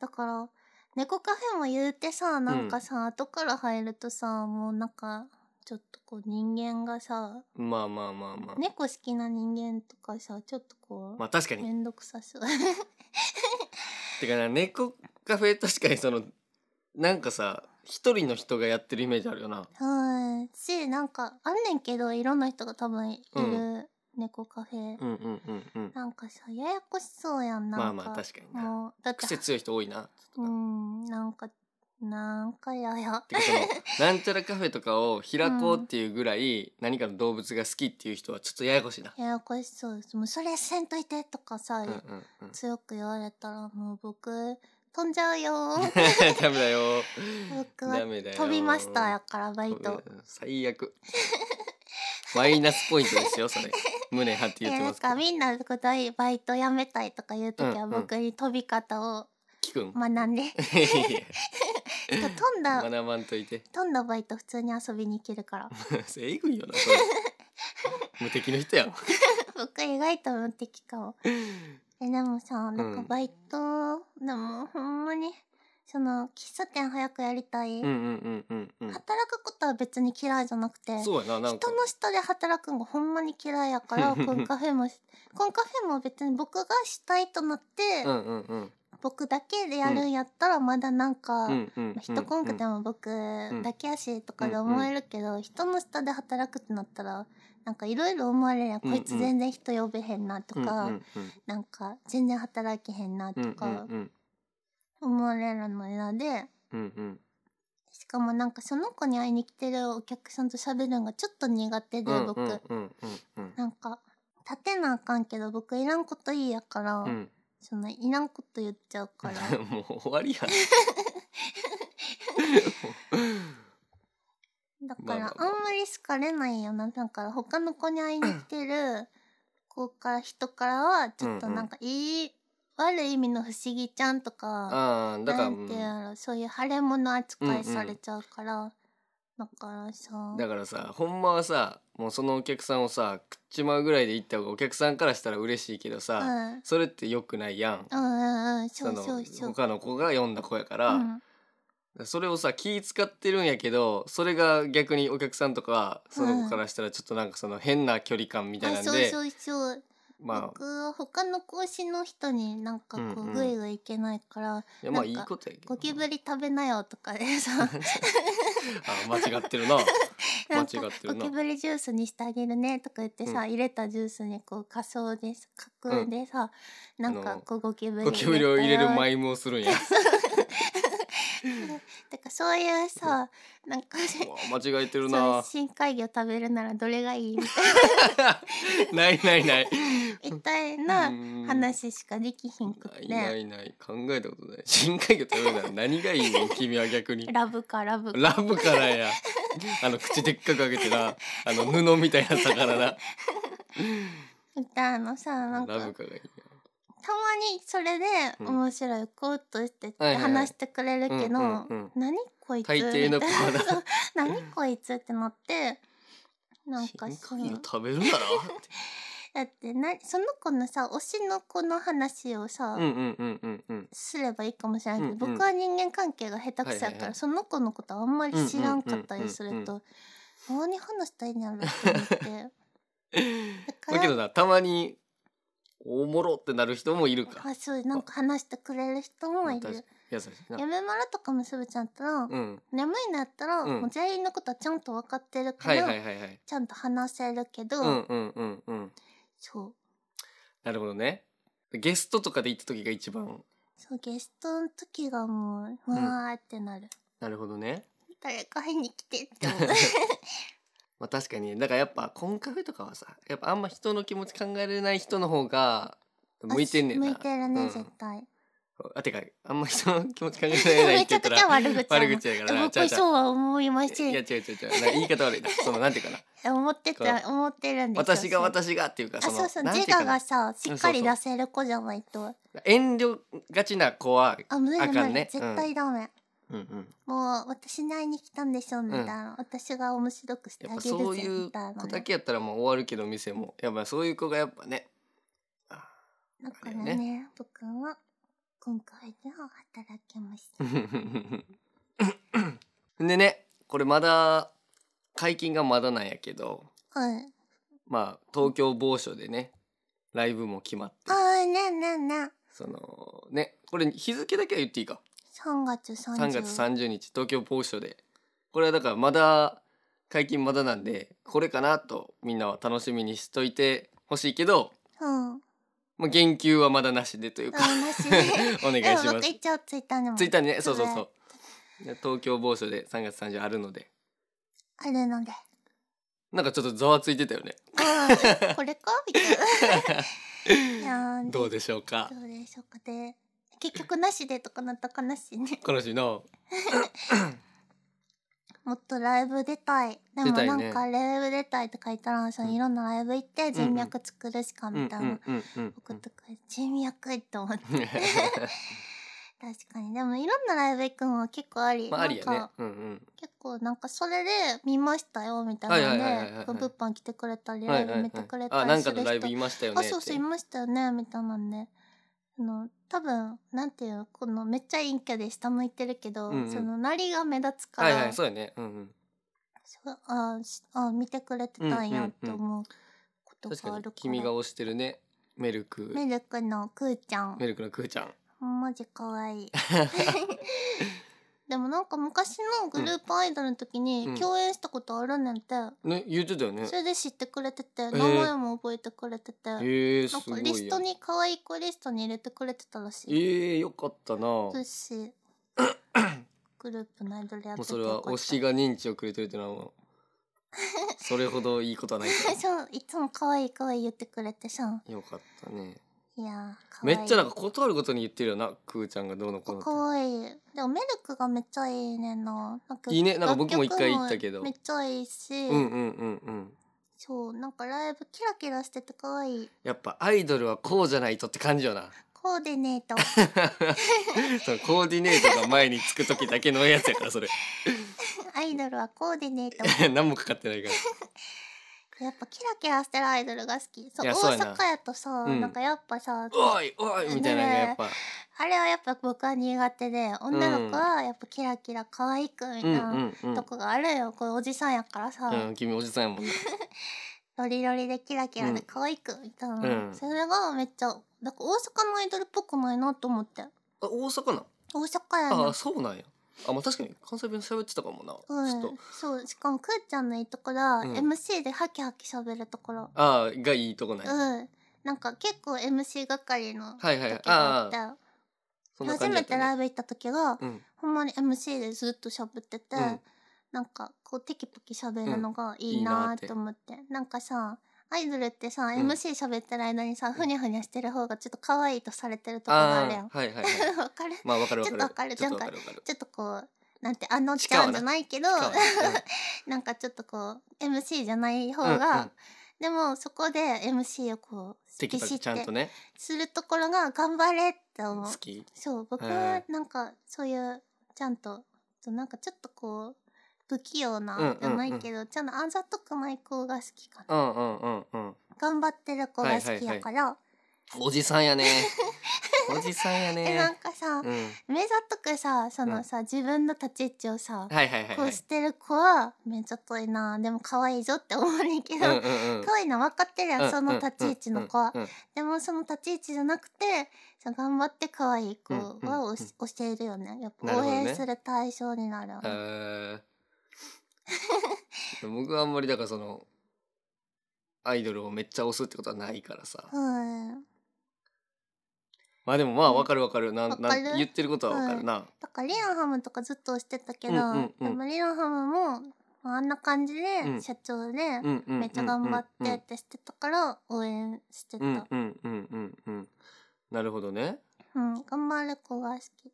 Speaker 1: だから、猫カフェも言うてさ、なんかさ、後から入るとさ、もうなんか、ちょっとこう人間がさ、
Speaker 2: まあまあまあまあ、
Speaker 1: 猫好きな人間とかさ、ちょっとこう、
Speaker 2: まあ確かに
Speaker 1: めんどくさそう。
Speaker 2: てかな猫カフェ確かにそのなんかさ一人の人がやってるイメージあるよな
Speaker 1: はいしなんかあんねんけどいろんな人が多分い
Speaker 2: うん
Speaker 1: る猫カフェ、
Speaker 2: うんうんうんうん
Speaker 1: なんかさややこしそうやんなんか
Speaker 2: まあまあ確かにな
Speaker 1: もうだって
Speaker 2: 癖強い人多いな
Speaker 1: うんなんかなんかやや
Speaker 2: て かそのなんちゃらカフェとかを開こうっていうぐらい何かの動物が好きっていう人はちょっとややこしいな。
Speaker 1: ややこしそうですもうそれせんといてとかさ、
Speaker 2: うんうん うん、
Speaker 1: 強く言われたらもう僕飛んじゃうよ
Speaker 2: ダメだよ。
Speaker 1: 僕
Speaker 2: ダ
Speaker 1: は
Speaker 2: メだよ。
Speaker 1: 飛びましたやからバイト
Speaker 2: うん最悪。 マイナスポイントですよそれ。胸張っ
Speaker 1: え
Speaker 2: て言って
Speaker 1: な
Speaker 2: ま
Speaker 1: ん
Speaker 2: すけど
Speaker 1: か。みんなこうだいバイト辞めたいとかいう時
Speaker 2: う
Speaker 1: は
Speaker 2: んうん
Speaker 1: 僕に飛び方を
Speaker 2: 聞くん。
Speaker 1: 学ん で、
Speaker 2: いや
Speaker 1: 飛んだ
Speaker 2: 学ばんといて。
Speaker 1: 飛んだバイト普通に遊びに行けるから
Speaker 2: それえぐいよな。それ無敵の 人やん。
Speaker 1: 僕意外と無敵かもえでもさなんか
Speaker 2: うん
Speaker 1: バイト、でもほんまにその喫茶店早くやりたい、
Speaker 2: うんうんうんうんう
Speaker 1: 働くことは別に嫌いじゃなくて
Speaker 2: ん。そうやななんか
Speaker 1: 人。の下で働くんがほんまに嫌いやからコンカフェもしコンカフェも別に僕がしたいとなって、
Speaker 2: うんうんうん
Speaker 1: 僕だけでやるんやったらまだなんか、
Speaker 2: うんうんうん。
Speaker 1: 人コンクでも僕
Speaker 2: ん
Speaker 1: だけやしとかで思えるけど、人の下で働くってなったらなんかいろいろ思われるやん、
Speaker 2: うんうん
Speaker 1: こいつ全然人呼べへんなと
Speaker 2: うん
Speaker 1: か、
Speaker 2: うんうん
Speaker 1: なんか全然働けへんなとか
Speaker 2: うん
Speaker 1: 思われるの嫌で
Speaker 2: うんうんうん
Speaker 1: しかもなんかその子に会いに来てるお客さんと喋るのがちょっと苦手で僕、
Speaker 2: うんうんうん
Speaker 1: なんか立てなあかんけど僕いらんこといいやから、
Speaker 2: うんうん
Speaker 1: そのいらんこと言っちゃうから
Speaker 2: もう終わりやん
Speaker 1: だから
Speaker 2: まあまあ
Speaker 1: あ
Speaker 2: まあ
Speaker 1: んまり好かれないよなだから他の子に会いに来てる子から人からはちょっと
Speaker 2: うんうん
Speaker 1: なんかいい、悪い意味の不思議ちゃんとか
Speaker 2: ああだから
Speaker 1: な
Speaker 2: うん
Speaker 1: ていうんやろそういう腫れ物扱
Speaker 2: うんう
Speaker 1: い
Speaker 2: ん
Speaker 1: されちゃうから、だからさ
Speaker 2: だからさほんまはさもうそのお客さんをさ食っちまうぐらいで行った方がお客さんからしたら嬉しいけどさ、
Speaker 1: うん
Speaker 2: それって良くないやん
Speaker 1: うんうんうんそう
Speaker 2: の
Speaker 1: そうそう
Speaker 2: 他の子が読んだ子やか
Speaker 1: う
Speaker 2: ら、
Speaker 1: ん
Speaker 2: それをさ気使ってるんやけどそれが逆にお客さんとかその子からしたらちょっとなんかその変な距離感みたい
Speaker 1: あ
Speaker 2: なん
Speaker 1: そう
Speaker 2: で、
Speaker 1: そうそう
Speaker 2: まあ
Speaker 1: 僕は他の講師の人になんかこ
Speaker 2: うんう
Speaker 1: うんぐいぐいいけないから、
Speaker 2: いやまあ
Speaker 1: なん
Speaker 2: い
Speaker 1: か
Speaker 2: いことやけ
Speaker 1: ゴ
Speaker 2: どな
Speaker 1: キブリ食べなよとかでさ
Speaker 2: あ間違っ てるな
Speaker 1: なん
Speaker 2: 間違って
Speaker 1: か
Speaker 2: る
Speaker 1: ゴ
Speaker 2: な
Speaker 1: キブリジュースにしてあげるねとか言ってさ、
Speaker 2: う
Speaker 1: 入れたジュースにこう仮想でさ架空でさ、なん
Speaker 2: あ
Speaker 1: か
Speaker 2: の
Speaker 1: こうゴキブリ
Speaker 2: ゴキブリを入れるマ
Speaker 1: イ
Speaker 2: イムをする んや
Speaker 1: だからそういうさなんか
Speaker 2: うわ間違えてる
Speaker 1: そう
Speaker 2: な
Speaker 1: 深海魚食べるならどれがいいみたい
Speaker 2: ないないない
Speaker 1: なみたい
Speaker 2: うん
Speaker 1: な
Speaker 2: うん
Speaker 1: 話しかできひんく
Speaker 2: な
Speaker 1: っ
Speaker 2: いな
Speaker 1: て
Speaker 2: いない考えたことない深海魚食べるなら何がいいの君は逆に
Speaker 1: ラブかラブか
Speaker 2: ラブから やあの口でっかく開けてなあの布みたいな魚な
Speaker 1: みたいなさな
Speaker 2: ラ
Speaker 1: んか
Speaker 2: ブからがいい
Speaker 1: たまにそれで
Speaker 2: うん
Speaker 1: 面白いコートしてって
Speaker 2: はいはいはい
Speaker 1: 話してくれるけど、
Speaker 2: うんうんうん
Speaker 1: 何こいつ
Speaker 2: 大抵の子は
Speaker 1: みたい
Speaker 2: な
Speaker 1: な そう何こいつってなってなんかそ
Speaker 2: 深海魚
Speaker 1: の
Speaker 2: 食べるなら
Speaker 1: だってなその子のさ推しの子の話をさ、
Speaker 2: うんうんうんうんうん
Speaker 1: すればいいかもしれないけど、
Speaker 2: うんうん
Speaker 1: 僕は人間関係が下手くそやから、
Speaker 2: はいはいはい
Speaker 1: その子のことあんまり知らんかったりす
Speaker 2: うんう
Speaker 1: る
Speaker 2: んうんう
Speaker 1: と何話したらいいんやろって思って だ
Speaker 2: だけどなたまにおもろってなる人もいるか
Speaker 1: あそうなんか話してくれる人もい
Speaker 2: まあ
Speaker 1: る
Speaker 2: 確。か優しいな
Speaker 1: やめまらとかもすぶちゃんとら、
Speaker 2: うん
Speaker 1: 眠いのやったら、
Speaker 2: うん
Speaker 1: もう全員のことはちゃんと分かってるか
Speaker 2: はい
Speaker 1: ら、
Speaker 2: はいはいはい
Speaker 1: ちゃんと話せるけど、
Speaker 2: うんうんうんうん
Speaker 1: そう
Speaker 2: なるほどねゲストとかで行った時が一番
Speaker 1: そうゲストの時がもう
Speaker 2: うん
Speaker 1: わーってなる、
Speaker 2: なるほどね
Speaker 1: 誰か会いに来てって思う
Speaker 2: まあ確かにだからやっぱコンカフェとかはさやっぱあんま人の気持ち考えられない人の方が 向いてんねんな
Speaker 1: 向いてるね、
Speaker 2: うん
Speaker 1: 絶対
Speaker 2: あてかあんま人の気持ち考えられないっ
Speaker 1: め
Speaker 2: て
Speaker 1: ち
Speaker 2: 言
Speaker 1: ゃ
Speaker 2: った
Speaker 1: く
Speaker 2: ら
Speaker 1: ちゃ悪口やもん
Speaker 2: 悪口やからなちゃ
Speaker 1: 僕
Speaker 2: うちゃう
Speaker 1: そうは思いま
Speaker 2: いや違
Speaker 1: し
Speaker 2: う違う違うなんか言い方悪いなそのなんてい うかな
Speaker 1: 思ってて
Speaker 2: こ
Speaker 1: 思ってるんですよ
Speaker 2: 私が私がっていうか
Speaker 1: あ
Speaker 2: その
Speaker 1: そうそう
Speaker 2: なんてい
Speaker 1: 自
Speaker 2: うか
Speaker 1: 我
Speaker 2: な
Speaker 1: がさしっかり出せる子じゃないと
Speaker 2: 遠慮がちな子は
Speaker 1: あ無理
Speaker 2: あ
Speaker 1: 無
Speaker 2: か
Speaker 1: 理、
Speaker 2: んね
Speaker 1: 絶対ダメ、
Speaker 2: うんうん
Speaker 1: もう私に会いに来たんでしょみたいな、私が面白くして
Speaker 2: や
Speaker 1: あ
Speaker 2: っぱ
Speaker 1: げる
Speaker 2: そう
Speaker 1: ぜ
Speaker 2: いう
Speaker 1: みたいな
Speaker 2: 子だ
Speaker 1: ね
Speaker 2: けやったらもう終わるけど店もやっぱそういう子がやっぱね あ
Speaker 1: だから
Speaker 2: あれ
Speaker 1: ね
Speaker 2: よ
Speaker 1: 僕は今回では働きました
Speaker 2: でねこれまだ解禁がまだなんやけど
Speaker 1: はい
Speaker 2: まあ東京某所でねライブも決まって
Speaker 1: あーねえねえねえ
Speaker 2: そのねこれ日付だけは言っていいか
Speaker 1: そ3月30
Speaker 2: 3月30日東京某所でこれはだからまだ解禁まだなんでこれかなとみんなは楽しみにしといてほしいけど、
Speaker 1: うん
Speaker 2: まあ、言及はまだなしでというか
Speaker 1: あなしで
Speaker 2: お願いし
Speaker 1: え
Speaker 2: ま
Speaker 1: また
Speaker 2: す
Speaker 1: 一応ツイッターにも
Speaker 2: ツイッターにねそうそう
Speaker 1: つぶ
Speaker 2: そう東京某所で3月30あるので
Speaker 1: ある ので
Speaker 2: なんかちょっとざわついてたよね
Speaker 1: あこれかみたい ないやー
Speaker 2: どうでしょうか
Speaker 1: どうでしょうかで結局なしでとかなったら悲しい ね
Speaker 2: 悲しいな
Speaker 1: もっとライブ出たいでも
Speaker 2: 出たい
Speaker 1: な
Speaker 2: ね
Speaker 1: んかライブ出たいって書いたらさ、
Speaker 2: うん
Speaker 1: いろんなライブ行って人脈作るしか
Speaker 2: うん
Speaker 1: みたいな
Speaker 2: うんうんうん
Speaker 1: 送ってくる人脈って思って
Speaker 2: うん
Speaker 1: 確かにでもいろんなライブ行くのは結構あり、
Speaker 2: まあありや
Speaker 1: なん
Speaker 2: ね
Speaker 1: か
Speaker 2: うんうん
Speaker 1: 結構なんかそれで見ましたよみたいなので、
Speaker 2: はいはいはいはいはい
Speaker 1: 物販来てくれたり
Speaker 2: は
Speaker 1: ラ
Speaker 2: い
Speaker 1: イ
Speaker 2: は
Speaker 1: ブ
Speaker 2: いは
Speaker 1: 見
Speaker 2: い
Speaker 1: てくれた
Speaker 2: あ
Speaker 1: り
Speaker 2: なん
Speaker 1: す
Speaker 2: か
Speaker 1: る
Speaker 2: の
Speaker 1: 人
Speaker 2: ライブいましたよね
Speaker 1: あ
Speaker 2: って
Speaker 1: そうそういましたよねみたいなんであの多分なんていうのこのめっちゃ陰キャで下向いてるけど、
Speaker 2: うんうん
Speaker 1: そのなりが目立つか
Speaker 2: は
Speaker 1: ら、
Speaker 2: いはいそうやねうんうん
Speaker 1: そうあしあ見てくれてたんやって思うこと
Speaker 2: 確
Speaker 1: が
Speaker 2: か
Speaker 1: あ
Speaker 2: に
Speaker 1: るから、
Speaker 2: 君が推してるねメルク
Speaker 1: メルクのくーちゃん
Speaker 2: メルクのクーちゃん
Speaker 1: マジ可愛 いでもなんか昔のグループアイドルの時
Speaker 2: うん
Speaker 1: に共演したことあるねんて、
Speaker 2: ね言ってたよね
Speaker 1: それで知ってくれてて
Speaker 2: ー
Speaker 1: 名前も覚えてくれてて、
Speaker 2: えー、す
Speaker 1: なん
Speaker 2: ご
Speaker 1: か
Speaker 2: い
Speaker 1: リス
Speaker 2: や
Speaker 1: ト
Speaker 2: ん
Speaker 1: に可愛い子リストに入れてくれてたらしい
Speaker 2: えー、よかったなも
Speaker 1: そう しグループのアイドルやっ
Speaker 2: う
Speaker 1: てて
Speaker 2: それは推しが認知をくれてるってのはもうそれほどいいことはない か
Speaker 1: そういつも可愛い可愛い言ってくれてさ
Speaker 2: らよかったね
Speaker 1: いやー可
Speaker 2: め
Speaker 1: 愛い
Speaker 2: っちゃなんか断ることに言ってるよなクーちゃんがどうのこうのって
Speaker 1: 可愛いでもメルクがめっちゃいいねんななんか
Speaker 2: いいねなんか僕も一回行ったけど
Speaker 1: 楽曲もめっちゃいいし、
Speaker 2: うんうんうんうん
Speaker 1: そうなんかライブキラキラしてて可愛い
Speaker 2: やっぱアイドルはこうじゃないとって感じよな
Speaker 1: コーディネート
Speaker 2: そのコーディネートが前につく時だけのやつやからそれ
Speaker 1: アイドルはコーディネート
Speaker 2: 何もかかってないから
Speaker 1: やっぱキラキラしてるアイドルが好きそう
Speaker 2: いやそうやな
Speaker 1: 大阪やとさ、
Speaker 2: ん
Speaker 1: なんかやっぱさ
Speaker 2: おいおいみたいなのがやっぱ、
Speaker 1: あれはやっぱ僕は苦手で女の子はやっぱキラキラ可愛くみたい
Speaker 2: うん
Speaker 1: な、
Speaker 2: うんうん
Speaker 1: とこがあるよこれおじさんやからさ、
Speaker 2: うん、君おじさんやもんな。
Speaker 1: ロリロリでキラキラで可愛くみたいな、
Speaker 2: うん
Speaker 1: それがめっちゃなんか大阪のアイドルっぽくないなと思って
Speaker 2: あ、大阪なん。
Speaker 1: 大阪や
Speaker 2: あ
Speaker 1: な
Speaker 2: あ、そうなんや。あ、まあ、確かに関西弁喋ってたかもな。
Speaker 1: う
Speaker 2: ちょっと
Speaker 1: ん、。そうしかもくーちゃんのいいところは、
Speaker 2: うん
Speaker 1: MC でハキハキ喋るところ
Speaker 2: ああ、がいいとこな
Speaker 1: うん
Speaker 2: や。
Speaker 1: なんか結構 MC 係の
Speaker 2: はいはいはい
Speaker 1: 時があって、
Speaker 2: そんな
Speaker 1: 初
Speaker 2: 感じだ
Speaker 1: め
Speaker 2: った
Speaker 1: て
Speaker 2: ね
Speaker 1: ライブ行った時が、
Speaker 2: うん。
Speaker 1: ほんまに MC でずっと喋ってて、
Speaker 2: うん
Speaker 1: なんかこうテキパキ喋るのがいいなーって思って,、なんかさアイドルってさ、
Speaker 2: ん
Speaker 1: MC 喋ってる間にさふにゃふにゃしてる方がちょっと可愛いとされてるとこがあるや
Speaker 2: あ
Speaker 1: ん
Speaker 2: あ、はいはいはい。
Speaker 1: わ、かる
Speaker 2: まあ、わかるわ
Speaker 1: ち
Speaker 2: かる。
Speaker 1: ょっとわかる
Speaker 2: ちょっとわかるわかる。
Speaker 1: ちょっとこうなんてあのちゃんじゃないけど
Speaker 2: かわい い
Speaker 1: なんかちょっとこう MC じゃない方
Speaker 2: うん
Speaker 1: が、
Speaker 2: うん
Speaker 1: でもそこで MC をこう
Speaker 2: テキパキちゃんとね、
Speaker 1: するところが頑張れって思う
Speaker 2: 好き。
Speaker 1: そう僕
Speaker 2: へ
Speaker 1: は
Speaker 2: え
Speaker 1: なんかそういうちゃんとそうなんかちょっとこう不器用
Speaker 2: うんうんう
Speaker 1: なんじゃないけど、ちゃんとあざとくない子が好きかな
Speaker 2: うんうんうんうん。
Speaker 1: 頑張ってる子が好きやから、
Speaker 2: おじさ んやね。おじさんや
Speaker 1: でなん。
Speaker 2: ね
Speaker 1: かさ、
Speaker 2: うん。
Speaker 1: 目ざとくさそのさ、自分の立ち位置をさ、
Speaker 2: はいはいはい
Speaker 1: こ
Speaker 2: は
Speaker 1: う
Speaker 2: い。
Speaker 1: してる子は目ざといなでも可愛いぞって思うねんけど、
Speaker 2: うんうんうん。
Speaker 1: 可愛いの分かってるやん、その立ち位置の子は、
Speaker 2: うんうん
Speaker 1: でもその立ち位置じゃなくてその頑張って可愛い子
Speaker 2: うんうんうん
Speaker 1: はおし教えるよねやっぱ
Speaker 2: なる
Speaker 1: 応
Speaker 2: ほどね
Speaker 1: 援する対象になるよね
Speaker 2: へー僕はあんまりだからそのアイドルをめっちゃ推すってことはないからさ
Speaker 1: うん。
Speaker 2: まあでもまあわかるわかるなん
Speaker 1: わ
Speaker 2: な
Speaker 1: かる
Speaker 2: ん言ってることはわかるな、
Speaker 1: だからリアンハムとかずっと押してたけど、
Speaker 2: うんうんうん
Speaker 1: でもリアンハムもまああんな感じ
Speaker 2: う
Speaker 1: で
Speaker 2: ん
Speaker 1: 社長で
Speaker 2: うんうんうんうん
Speaker 1: めっちゃ頑張ってってしてたから応援してた。
Speaker 2: う
Speaker 1: うんん、
Speaker 2: うんうんうんうんなるほどね
Speaker 1: 頑張る子が好き。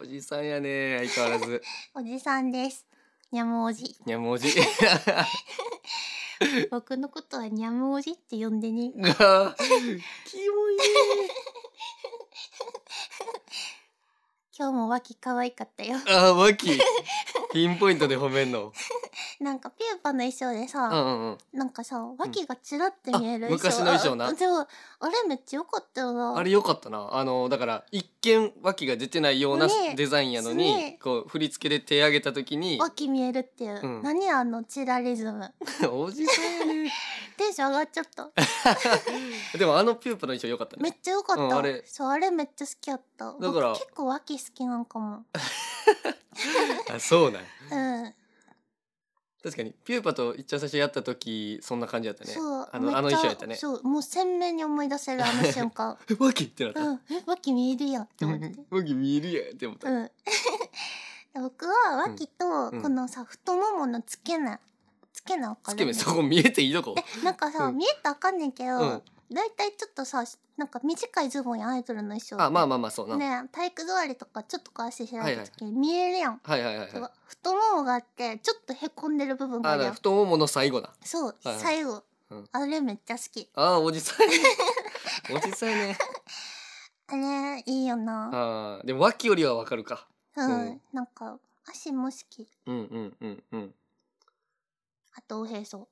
Speaker 2: おじさんやね相変わらず
Speaker 1: おじさんです。ニャムお じ。
Speaker 2: いやもう おじ
Speaker 1: 僕のことはニャムおじって呼んでね。
Speaker 2: がキモいね
Speaker 1: 今日も脇可愛かったよ。
Speaker 2: あーマキピンポイントで褒めんの
Speaker 1: なんかピューパの衣装で
Speaker 2: う
Speaker 1: さ、
Speaker 2: んうんうん
Speaker 1: なんかさ脇がちらって見える
Speaker 2: あ昔の衣装な
Speaker 1: あでもあれめっちゃ良かったよな
Speaker 2: あれ良かったなあのだから一見脇が出てないような
Speaker 1: ね
Speaker 2: デザインやのに、
Speaker 1: ね
Speaker 2: こう振り付けで手上げた時に
Speaker 1: 脇見えるっていう、
Speaker 2: うん
Speaker 1: 何あのチラリズム
Speaker 2: おじさんやね
Speaker 1: テンション上がっちゃった
Speaker 2: でもあのピューパの衣装良かった
Speaker 1: めっ
Speaker 2: ね
Speaker 1: ちゃ良かった、
Speaker 2: うんあれ
Speaker 1: そうあれめっちゃ好きやった
Speaker 2: から
Speaker 1: 僕結構脇好きなんか も
Speaker 2: あそうなん
Speaker 1: うん
Speaker 2: 確かにピューパと一番最初やった時そんな感じやったね
Speaker 1: そう
Speaker 2: あ
Speaker 1: めっ
Speaker 2: の
Speaker 1: ちゃ
Speaker 2: あの衣装やったね
Speaker 1: そうもう鮮明に思い出せるあ の瞬間
Speaker 2: え脇ってなった、
Speaker 1: うんえ脇見えるやんって思って
Speaker 2: 脇見えるやんって思った、
Speaker 1: うん 僕は脇と
Speaker 2: うん
Speaker 1: このさ太ももの付け根付け根わか
Speaker 2: つ
Speaker 1: る
Speaker 2: け麺そこ見えていいとこ
Speaker 1: えなんかさ、
Speaker 2: うん
Speaker 1: 見えたらあかんねんけど、
Speaker 2: うん
Speaker 1: だいたいちょっとさなんか短いズボンやアイドルの衣装
Speaker 2: あまあまあまあそうな、
Speaker 1: ね体育座りとかちょっとこう足開いた時に見えるやん、
Speaker 2: はいはいはいはい
Speaker 1: そう太ももがあってちょっとへこんでる部分が
Speaker 2: あ
Speaker 1: ある
Speaker 2: だか
Speaker 1: や
Speaker 2: ら
Speaker 1: ん
Speaker 2: 太ももの最後だ
Speaker 1: そう、
Speaker 2: はいはい
Speaker 1: 最後、
Speaker 2: うん
Speaker 1: あれめっちゃ好き
Speaker 2: あーおじさ んやねおじさんやね
Speaker 1: あれいいよな
Speaker 2: あーでも脇よりはわかるか
Speaker 1: うん、
Speaker 2: うん
Speaker 1: なんか足も好き
Speaker 2: うんうんうんうん
Speaker 1: あとおへそ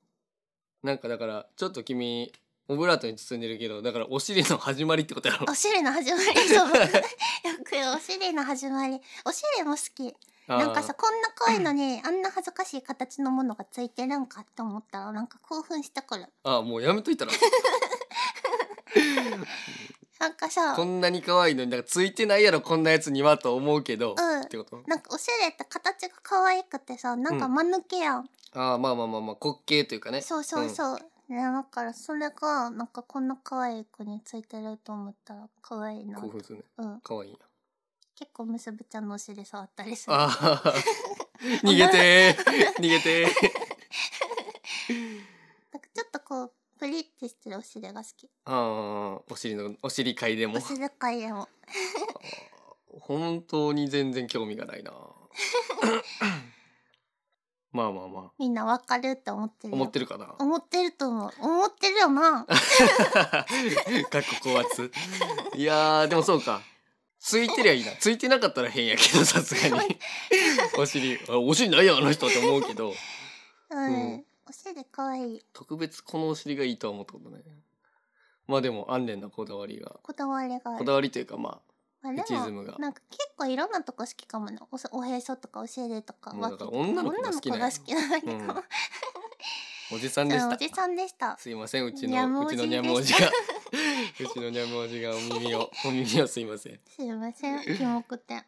Speaker 2: なんかだからちょっと君オブラートに包んでるけどだからお尻の始まりってことやろ
Speaker 1: お尻の始まり そうよくお尻の始まりお尻も好き
Speaker 2: あー
Speaker 1: なんかさこんな可愛いのにあんな恥ずかしい形のものがついてるんかって思ったらなんか興奮してくる
Speaker 2: あーもうやめといたら
Speaker 1: なんかさ
Speaker 2: こんなに可愛いのになんかついてないやろこんなやつにはと思うけど、
Speaker 1: うん
Speaker 2: ってこと
Speaker 1: なんかおしゃれって形が可愛くてさなんか間抜けやん、
Speaker 2: ああまあまあまあまあ滑稽というかね
Speaker 1: そうそうそう、ねだからそれがなんかこんな可愛い子についてると思ったら可愛いな
Speaker 2: 興奮するね
Speaker 1: うん
Speaker 2: 可愛いな
Speaker 1: 結構むすぶちゃんのお尻触ったりする
Speaker 2: ああ逃げてー逃げてー
Speaker 1: なんかちょっとこうプリってしてるお尻が好き
Speaker 2: ああお尻のお尻会で
Speaker 1: お
Speaker 2: も
Speaker 1: 尻かいでも
Speaker 2: 本当に全然興味が ないなまあまあまあ
Speaker 1: みんなわかるって思ってるよ
Speaker 2: 思ってるかな
Speaker 1: 思ってると思う思ってるよな
Speaker 2: かっこ高圧いやーでもそうかついてりゃいいなついてなかったら変やけどさすが にお尻あお尻ないやんあの人って思うけど
Speaker 1: うん、
Speaker 2: うん
Speaker 1: お尻可愛い
Speaker 2: 特別このお尻がいいとは思ったことないまあでも安蓮のこだわりが
Speaker 1: こだわりがあ
Speaker 2: こ
Speaker 1: る
Speaker 2: だわりというかま
Speaker 1: まあ
Speaker 2: エチズムが
Speaker 1: なんか結構いろんなとこ好きかもなおそおへそとかお尻とか
Speaker 2: もう
Speaker 1: 脇とか
Speaker 2: だから女の子が好きなん
Speaker 1: 女
Speaker 2: や
Speaker 1: の子が好きなのかも、
Speaker 2: あおじさんで
Speaker 1: そ
Speaker 2: し
Speaker 1: うお
Speaker 2: た
Speaker 1: じさんでした
Speaker 2: すいませんうち
Speaker 1: にゃむ
Speaker 2: の
Speaker 1: お
Speaker 2: う
Speaker 1: じ
Speaker 2: ち
Speaker 1: で
Speaker 2: の
Speaker 1: した
Speaker 2: にゃむおじが うちのにゃむおじがお耳をお耳をすいませんい
Speaker 1: すいませんキモく て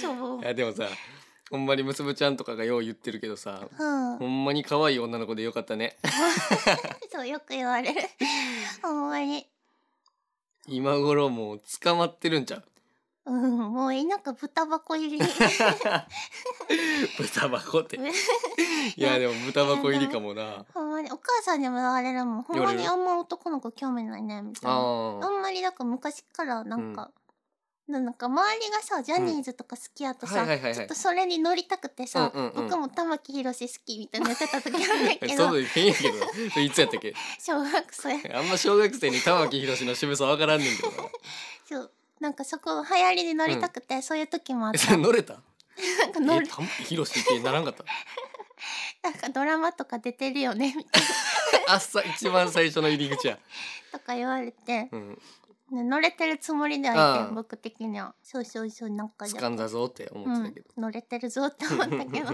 Speaker 1: しょぼう
Speaker 2: やでもさほんまにむすぶちゃんとかがよう言ってるけどさ
Speaker 1: ん
Speaker 2: ほんまに可愛い女の子でよかったね
Speaker 1: そうよく言われるほんまに
Speaker 2: 今頃もう捕まってるんちゃう
Speaker 1: うんもういなんか豚箱入り
Speaker 2: 豚 箱っていやでも豚箱入りかもな
Speaker 1: ほんまにお母さんにも言われるもんほんまに
Speaker 2: 言われる
Speaker 1: あんま男の子興味ないねみたいな
Speaker 2: あ
Speaker 1: あんまりなんか昔からなんか、なんか周りがさジャニーズとか好きやとさ、
Speaker 2: うんはいはいはいはい
Speaker 1: ちょっとそれに乗りたくてさ、
Speaker 2: うんうんうん
Speaker 1: 僕も玉木宏好きみたいなやってた時あるんだ
Speaker 2: え
Speaker 1: け
Speaker 2: そ
Speaker 1: ど
Speaker 2: うだ変やけどなそれいつやったっけ
Speaker 1: 小学生
Speaker 2: あんま小学生に玉木宏の渋さわからんねんけどな
Speaker 1: そうなんかそこ流行りに乗りたくて、そういう時もあっ
Speaker 2: え
Speaker 1: た
Speaker 2: それ乗れた
Speaker 1: なんか
Speaker 2: え
Speaker 1: 乗
Speaker 2: 玉
Speaker 1: る
Speaker 2: 木宏ってならんかった
Speaker 1: なんかドラマとか出てるよねみたい
Speaker 2: あっさ一番最初の入り口や、
Speaker 1: なとか言われて、
Speaker 2: うん、
Speaker 1: ね乗れてるつもりではいて
Speaker 2: うん
Speaker 1: 僕的にはそうそうそうなんか
Speaker 2: 掴んだぞって思ってたけど、
Speaker 1: うん、乗れてるぞって思ったけ ど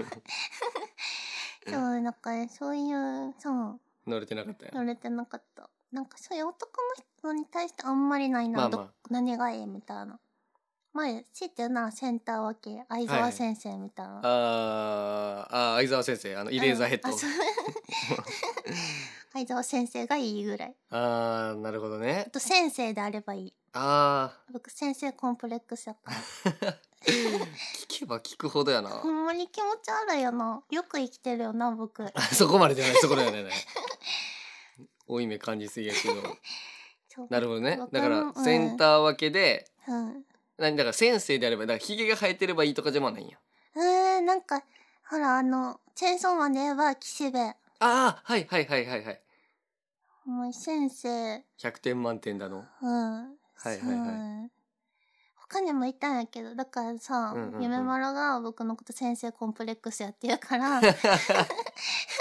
Speaker 1: そうなんかねそういうそう
Speaker 2: 乗れてなかったよ
Speaker 1: 乗れてなかったなんかそういう男の人に対してあんまりないな、
Speaker 2: まあまあ
Speaker 1: ど何がいいみたいな前強いて言うならセンター分け相
Speaker 2: はいは
Speaker 1: 沢
Speaker 2: い
Speaker 1: 先生みたいな、
Speaker 2: あーあー相沢先生あのイレーザーヘッド、
Speaker 1: うんあそう 相沢先生がいいぐらい
Speaker 2: ああなるほど
Speaker 1: あ
Speaker 2: ね
Speaker 1: と先生であればいい
Speaker 2: あ
Speaker 1: 僕先生コンプレックスやから
Speaker 2: ー聞けば聞くほどやな
Speaker 1: ほんまに気持ち悪いよなよく生きてるよな僕
Speaker 2: あ そこまでじゃないそこだよね多い目感じすぎやけど
Speaker 1: そう
Speaker 2: なるほどね
Speaker 1: わかる
Speaker 2: だから
Speaker 1: うん
Speaker 2: センター分けで、
Speaker 1: うん
Speaker 2: 何だから先生であればだからひげが生えてればいいとかじゃまないんや
Speaker 1: えー、なんかほらあのチェーンソーマンで言えば岸辺
Speaker 2: ああはいはいはいはいはい
Speaker 1: もう先生
Speaker 2: 100点満点だの
Speaker 1: うん。
Speaker 2: はいはいはい
Speaker 1: そう。彼もいたんやけどだからさ、
Speaker 2: うんうんうん
Speaker 1: 夢丸が僕のこと先生コンプレックスやって言うから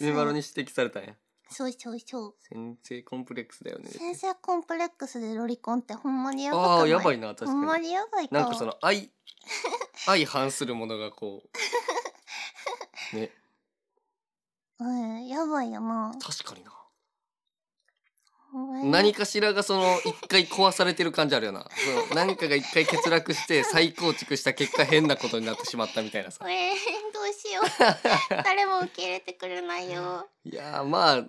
Speaker 2: 夢丸に指摘されたんや
Speaker 1: そうそうそう
Speaker 2: 先生コンプレックスだよねって
Speaker 1: 先生コンプレックスでロリコンってほんまにやばくない
Speaker 2: ああやばいな確
Speaker 1: ほん
Speaker 2: か
Speaker 1: ま
Speaker 2: に
Speaker 1: にやばいか
Speaker 2: なんかその愛 相反するものがこうね
Speaker 1: うんやばいよな
Speaker 2: 確かにな
Speaker 1: ほんまに
Speaker 2: 何かしらがその一回壊されてる感じあるよなそうなんかが一回欠落して再構築した結果変なことになってしまったみたいなさ
Speaker 1: えー、どうしよう 誰も受け入れてくれないよ
Speaker 2: いやーまあ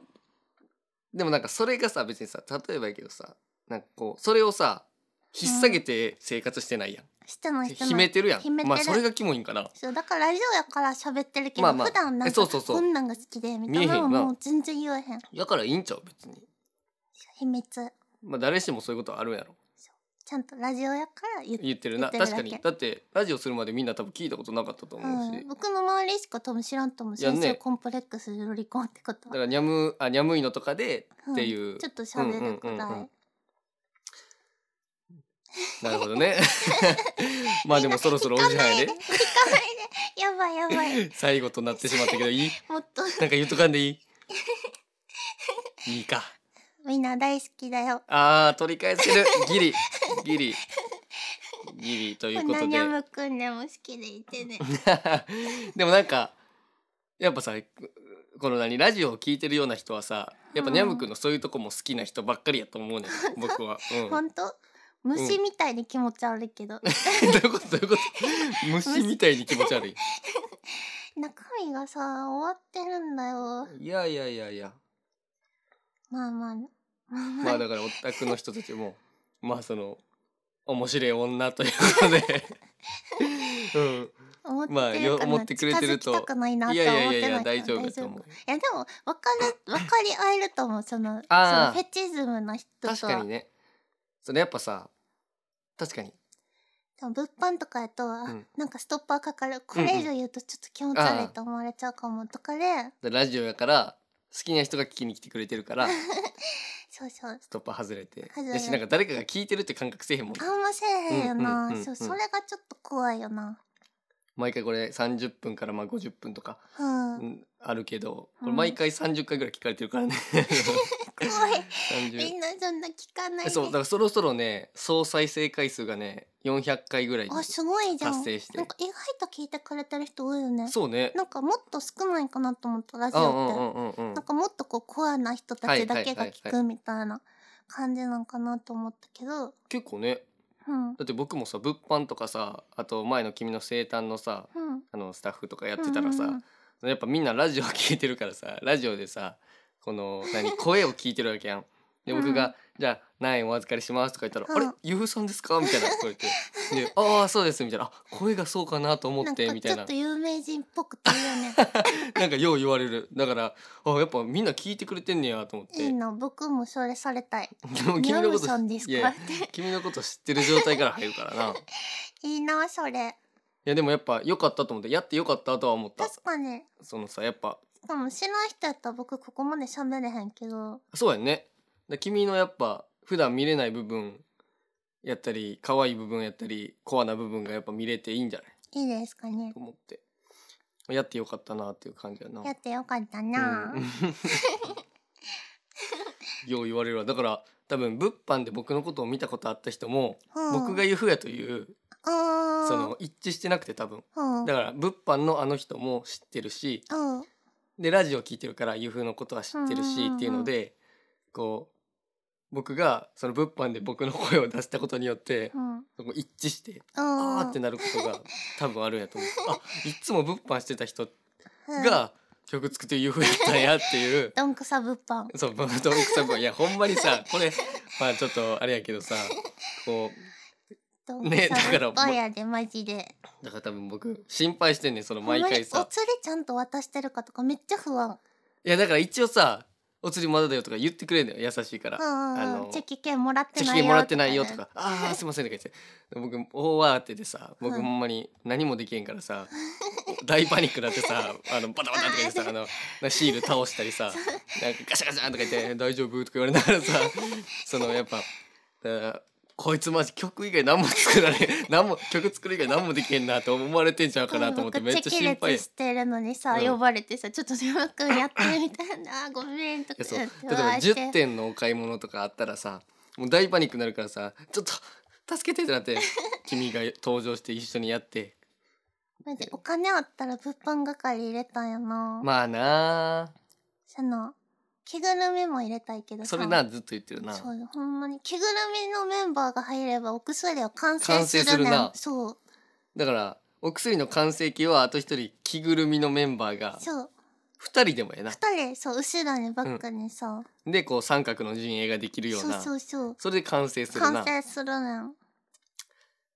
Speaker 2: でもなんかそれがさ別にさ例えばやけどさなんかこうそれをさ引っ提げて生活してないやん、
Speaker 1: してないしてない
Speaker 2: 秘めてるやん
Speaker 1: 秘めてる
Speaker 2: まあそれがキモいんかな
Speaker 1: そうだからラジオやから喋ってるけど、
Speaker 2: まあまあ
Speaker 1: 普段なん
Speaker 2: え
Speaker 1: か
Speaker 2: そうそうそう
Speaker 1: こんなんが好きでみたいなのは
Speaker 2: 見えへんな
Speaker 1: もう全然言わへん
Speaker 2: だからいいんちゃう別に
Speaker 1: 秘密
Speaker 2: まあ誰しもそういうことあるやろ
Speaker 1: ちゃんとラジオやから言って、
Speaker 2: 言ってる
Speaker 1: 言
Speaker 2: な
Speaker 1: ってる
Speaker 2: 確
Speaker 1: だ
Speaker 2: か
Speaker 1: け
Speaker 2: にだってラジオするまでみんな多分聞いたことなかったと
Speaker 1: う
Speaker 2: 思うし、
Speaker 1: ん、僕の周りしか多分知らんと思う
Speaker 2: いやね
Speaker 1: 先生コンプレックスでロリコンってこと
Speaker 2: だ
Speaker 1: は
Speaker 2: からにゃむあにゃむいのとかで
Speaker 1: うん
Speaker 2: っていう
Speaker 1: ちょっと喋るくらい、
Speaker 2: うんうんうんうんなるほど ねまあでもそろそろお時間やで
Speaker 1: やばいやば い
Speaker 2: 最後となってしまったけどいい
Speaker 1: もっと
Speaker 2: なんか言っとかん でいいいいか
Speaker 1: みんな大好きだよ
Speaker 2: あー取り返 せるギリギリギリというこ
Speaker 1: な
Speaker 2: と
Speaker 1: に
Speaker 2: で
Speaker 1: ゃむくんでも好きでいてね
Speaker 2: でもなんかやっぱさこの何ラジオを聞いてるような人はさやっぱ
Speaker 1: うん
Speaker 2: ニャムくんのそういうとこも好きな人ばっかりやと思う ねん僕は、うん、
Speaker 1: ほんと虫みたいに気持ち悪いけど、
Speaker 2: どういうことどういうこと虫みたいに気持ち悪い
Speaker 1: 中身がさ終わってるんだよ
Speaker 2: いやいやいやいや
Speaker 1: まあまあ
Speaker 2: まあだからオタクの人たちもまあその面白い女というこ とでうん
Speaker 1: 思って
Speaker 2: まあよ
Speaker 1: るかな
Speaker 2: 思ってくれてる
Speaker 1: 近
Speaker 2: と
Speaker 1: づきたくないなと
Speaker 2: い
Speaker 1: は
Speaker 2: やい
Speaker 1: 思って
Speaker 2: や
Speaker 1: ない
Speaker 2: いやいや
Speaker 1: から
Speaker 2: 大丈夫だと思
Speaker 1: いうやでも分かる分かり合えると思うそのその
Speaker 2: あー
Speaker 1: フェチズムの人とは
Speaker 2: 確かにねそれやっぱさ確かに
Speaker 1: でも物販とかやと、あ
Speaker 2: うん
Speaker 1: なんかストッパーかかるこれ以上言うとちょっと気持ち悪いと思われちゃうかもとかで、
Speaker 2: ラジオやから好きな人が聞きに来てくれてる からス
Speaker 1: そうそう
Speaker 2: トッパー外れて
Speaker 1: 外れ
Speaker 2: やしなんか誰かが聞いてるって感覚せえへんもん
Speaker 1: あんませえへんよな、
Speaker 2: うんうんうんうん
Speaker 1: そうそれがちょっと怖いよな
Speaker 2: 毎回これ30分からまあ50分とか
Speaker 1: うん、
Speaker 2: うんあるけど
Speaker 1: うん
Speaker 2: これ毎回30回ぐらい聞かれてるから ね
Speaker 1: 怖い
Speaker 2: 30
Speaker 1: みんなそんな聞かない
Speaker 2: え
Speaker 1: で
Speaker 2: そうだからそろそろね総再生回数がね400回ぐらい
Speaker 1: あすごいじゃん
Speaker 2: 達成して
Speaker 1: なんか意外と聞いてくれてる人多いよね
Speaker 2: そうね
Speaker 1: なんかもっと少ないかなと思ったラジ
Speaker 2: う
Speaker 1: オっ
Speaker 2: ん
Speaker 1: て、
Speaker 2: うんうんうんうん
Speaker 1: なんかもっとこうコアな人たちだけが聞くみたいな感じなんかなと思ったけど、
Speaker 2: 結構ね
Speaker 1: うんうん
Speaker 2: だって僕もさ物販とかさあと前の君の生誕のさあのスタッフとかやってたらさ、
Speaker 1: うんうんうん
Speaker 2: やっぱみんなラジオ聞いてるからさラジオでさこの何声を聞いてるわけやん。で
Speaker 1: うん
Speaker 2: 僕が、じゃあ何円お預かりします」とか言ったら「
Speaker 1: うん
Speaker 2: あれゆうさんですか?」みたいなこう言って「でああそうです」みたいな「あ声がそうかなと思
Speaker 1: な
Speaker 2: っ
Speaker 1: んか
Speaker 2: て」みた
Speaker 1: ち
Speaker 2: い
Speaker 1: ょ
Speaker 2: な
Speaker 1: っと有名人っぽくていいよね
Speaker 2: なんかよう言われるだからあやっぱみんな聞いてくれてんねやと思って
Speaker 1: いいな僕もそれされたい
Speaker 2: でも君の
Speaker 1: ニャ
Speaker 2: こ
Speaker 1: ム
Speaker 2: と
Speaker 1: さんですか
Speaker 2: いやい や君のこと知ってる状態から入るからない
Speaker 1: いなそれ
Speaker 2: やでもやっぱ良かったと思ってやって良かったとは思った
Speaker 1: 確かに
Speaker 2: そのさやっぱ
Speaker 1: しかも知らん人やったら僕ここまで喋れへんけど
Speaker 2: そうやんねだ君のやっぱ普段見れない部分やったり可愛い部分やったりコアな部分がやっぱ見れていいんじゃない
Speaker 1: いいですかね
Speaker 2: と思ってやって良かったなっていう感じやな
Speaker 1: やってよかったな、
Speaker 2: うん よう言われるわだから多分物販で僕のことを見たことあった人も、
Speaker 1: うん
Speaker 2: 僕がユフやという
Speaker 1: うん
Speaker 2: その一致してなくて多分
Speaker 1: うん
Speaker 2: だから物販のあの人も知ってるし
Speaker 1: うん
Speaker 2: でラジオ聞いてるからユフのことは知ってる
Speaker 1: うんうん
Speaker 2: し
Speaker 1: うんうん
Speaker 2: っていうのでこう僕がその物販で僕の声を出したことによって
Speaker 1: うん
Speaker 2: そこ一致して
Speaker 1: うん
Speaker 2: あーってなるこ とが多分あるんやと思うあいつも物販してた人
Speaker 1: うん
Speaker 2: が曲作ってユフやったんやっていう
Speaker 1: どんくさ物販
Speaker 2: そう僕と奥さんもいやほんまにさこれまあちょっとあれやけどさこう
Speaker 1: どんく
Speaker 2: ね
Speaker 1: さ
Speaker 2: だから
Speaker 1: 物販やでマジで
Speaker 2: だから多分僕心配してんねんその
Speaker 1: ほん
Speaker 2: 毎
Speaker 1: まに
Speaker 2: 回
Speaker 1: お
Speaker 2: さ
Speaker 1: 釣りちゃんと渡してるかとかめっちゃ不安
Speaker 2: いやだから一応さ「お釣りまだだよ」とか言ってくれんのよ優しいから。
Speaker 1: うんうんうん
Speaker 2: の
Speaker 1: チェキ券もらって
Speaker 2: チェ
Speaker 1: な
Speaker 2: キ
Speaker 1: いよ
Speaker 2: 券もらってないよとか「ああすいません」とか言って僕大慌てでさ僕
Speaker 1: はい
Speaker 2: ほんまに何もできへんからさ大パニックになって さあのバタバタとか言ってさあのシール倒したりさ なんかガシャガシャとか言って「大丈夫?」とか言われながらさそのやっぱだからこいつマジ曲以外何も作られん何も曲作る以外何もできへんなと思われてんちゃうかなと思ってめっちゃ心
Speaker 1: う
Speaker 2: 配や
Speaker 1: んしてるのにさ、
Speaker 2: うん
Speaker 1: 呼ばれてさちょっとうまくやってみたいなごめんと
Speaker 2: いや
Speaker 1: か
Speaker 2: そう
Speaker 1: 言
Speaker 2: 例
Speaker 1: っ
Speaker 2: え
Speaker 1: て
Speaker 2: ば10点のお買い物とかあったらさもう大パニックになるからさちょっと助けてって なって君が登場して一緒にやって
Speaker 1: マジお金あったら物販係入れたんやな、
Speaker 2: まあなあ
Speaker 1: その着ぐるみも入れたいけどさ
Speaker 2: それなずっと言ってるな
Speaker 1: そうよほんまに着ぐるみのメンバーが入ればお薬は完成
Speaker 2: 完
Speaker 1: す
Speaker 2: 成
Speaker 1: るね
Speaker 2: するな
Speaker 1: そう
Speaker 2: だからお薬の完成形はあと一人着ぐるみのメンバーが
Speaker 1: そう
Speaker 2: 2人でもやな
Speaker 1: 二人そう後ろにバックにさ、
Speaker 2: でこう三角の陣営ができるよう
Speaker 1: そう
Speaker 2: な
Speaker 1: そうそう
Speaker 2: それで完成するな
Speaker 1: 完成するねん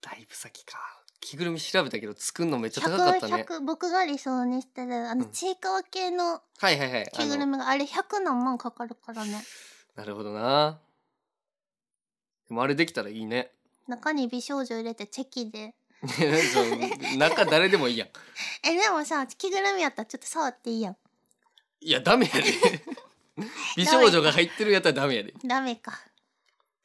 Speaker 2: だいぶ先か着ぐるみ調べたけど作るのめっちゃ高かった
Speaker 1: 100
Speaker 2: ね
Speaker 1: 100僕が理想にしてるあの
Speaker 2: うん
Speaker 1: ちいかわ系の
Speaker 2: はいはいはいあ
Speaker 1: 着ぐる
Speaker 2: の
Speaker 1: みがあれ100何万かかるからね
Speaker 2: なるほどなでもあれできたらいいね
Speaker 1: 中に美少女入れてチェキで
Speaker 2: そう 中誰でもいいやん
Speaker 1: えでもさ着ぐるみやったらちょっと触っていいやん
Speaker 2: いやダメ やで美少女が入ってるやったらダメやで
Speaker 1: ダメか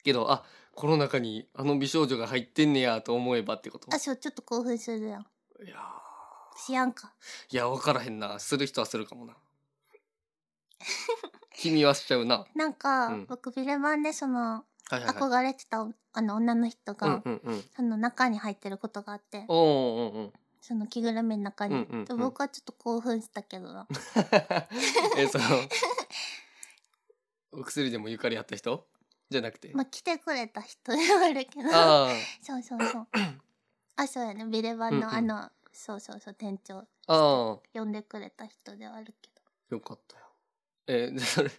Speaker 2: けどあこの中にあの美少女が入ってんねやと思えばってこと
Speaker 1: あそうちょっと興奮するやん
Speaker 2: いや
Speaker 1: しやんか
Speaker 2: ーいや分からへんなする人はするかもな 君はしちゃうな
Speaker 1: なんか、
Speaker 2: うん
Speaker 1: 僕ビレバンでその
Speaker 2: はいはいはい
Speaker 1: 憧れてたあの女の人が、
Speaker 2: うんうんうん
Speaker 1: その中に入ってることがあって
Speaker 2: おーうんうん
Speaker 1: その着ぐるみの中に、
Speaker 2: うんうんうん
Speaker 1: で僕はちょっと興奮したけどな
Speaker 2: えそのお薬でもゆかりあった人じゃなくて、
Speaker 1: まあ来てくれた人ではあるけど
Speaker 2: あー
Speaker 1: そうそう そう。あ、そうやね。ビレバンの、
Speaker 2: うんうん
Speaker 1: あの、そうそうそう、店長、
Speaker 2: ああ
Speaker 1: 呼んでくれた人ではあるけど。
Speaker 2: よかったよえー、でそれ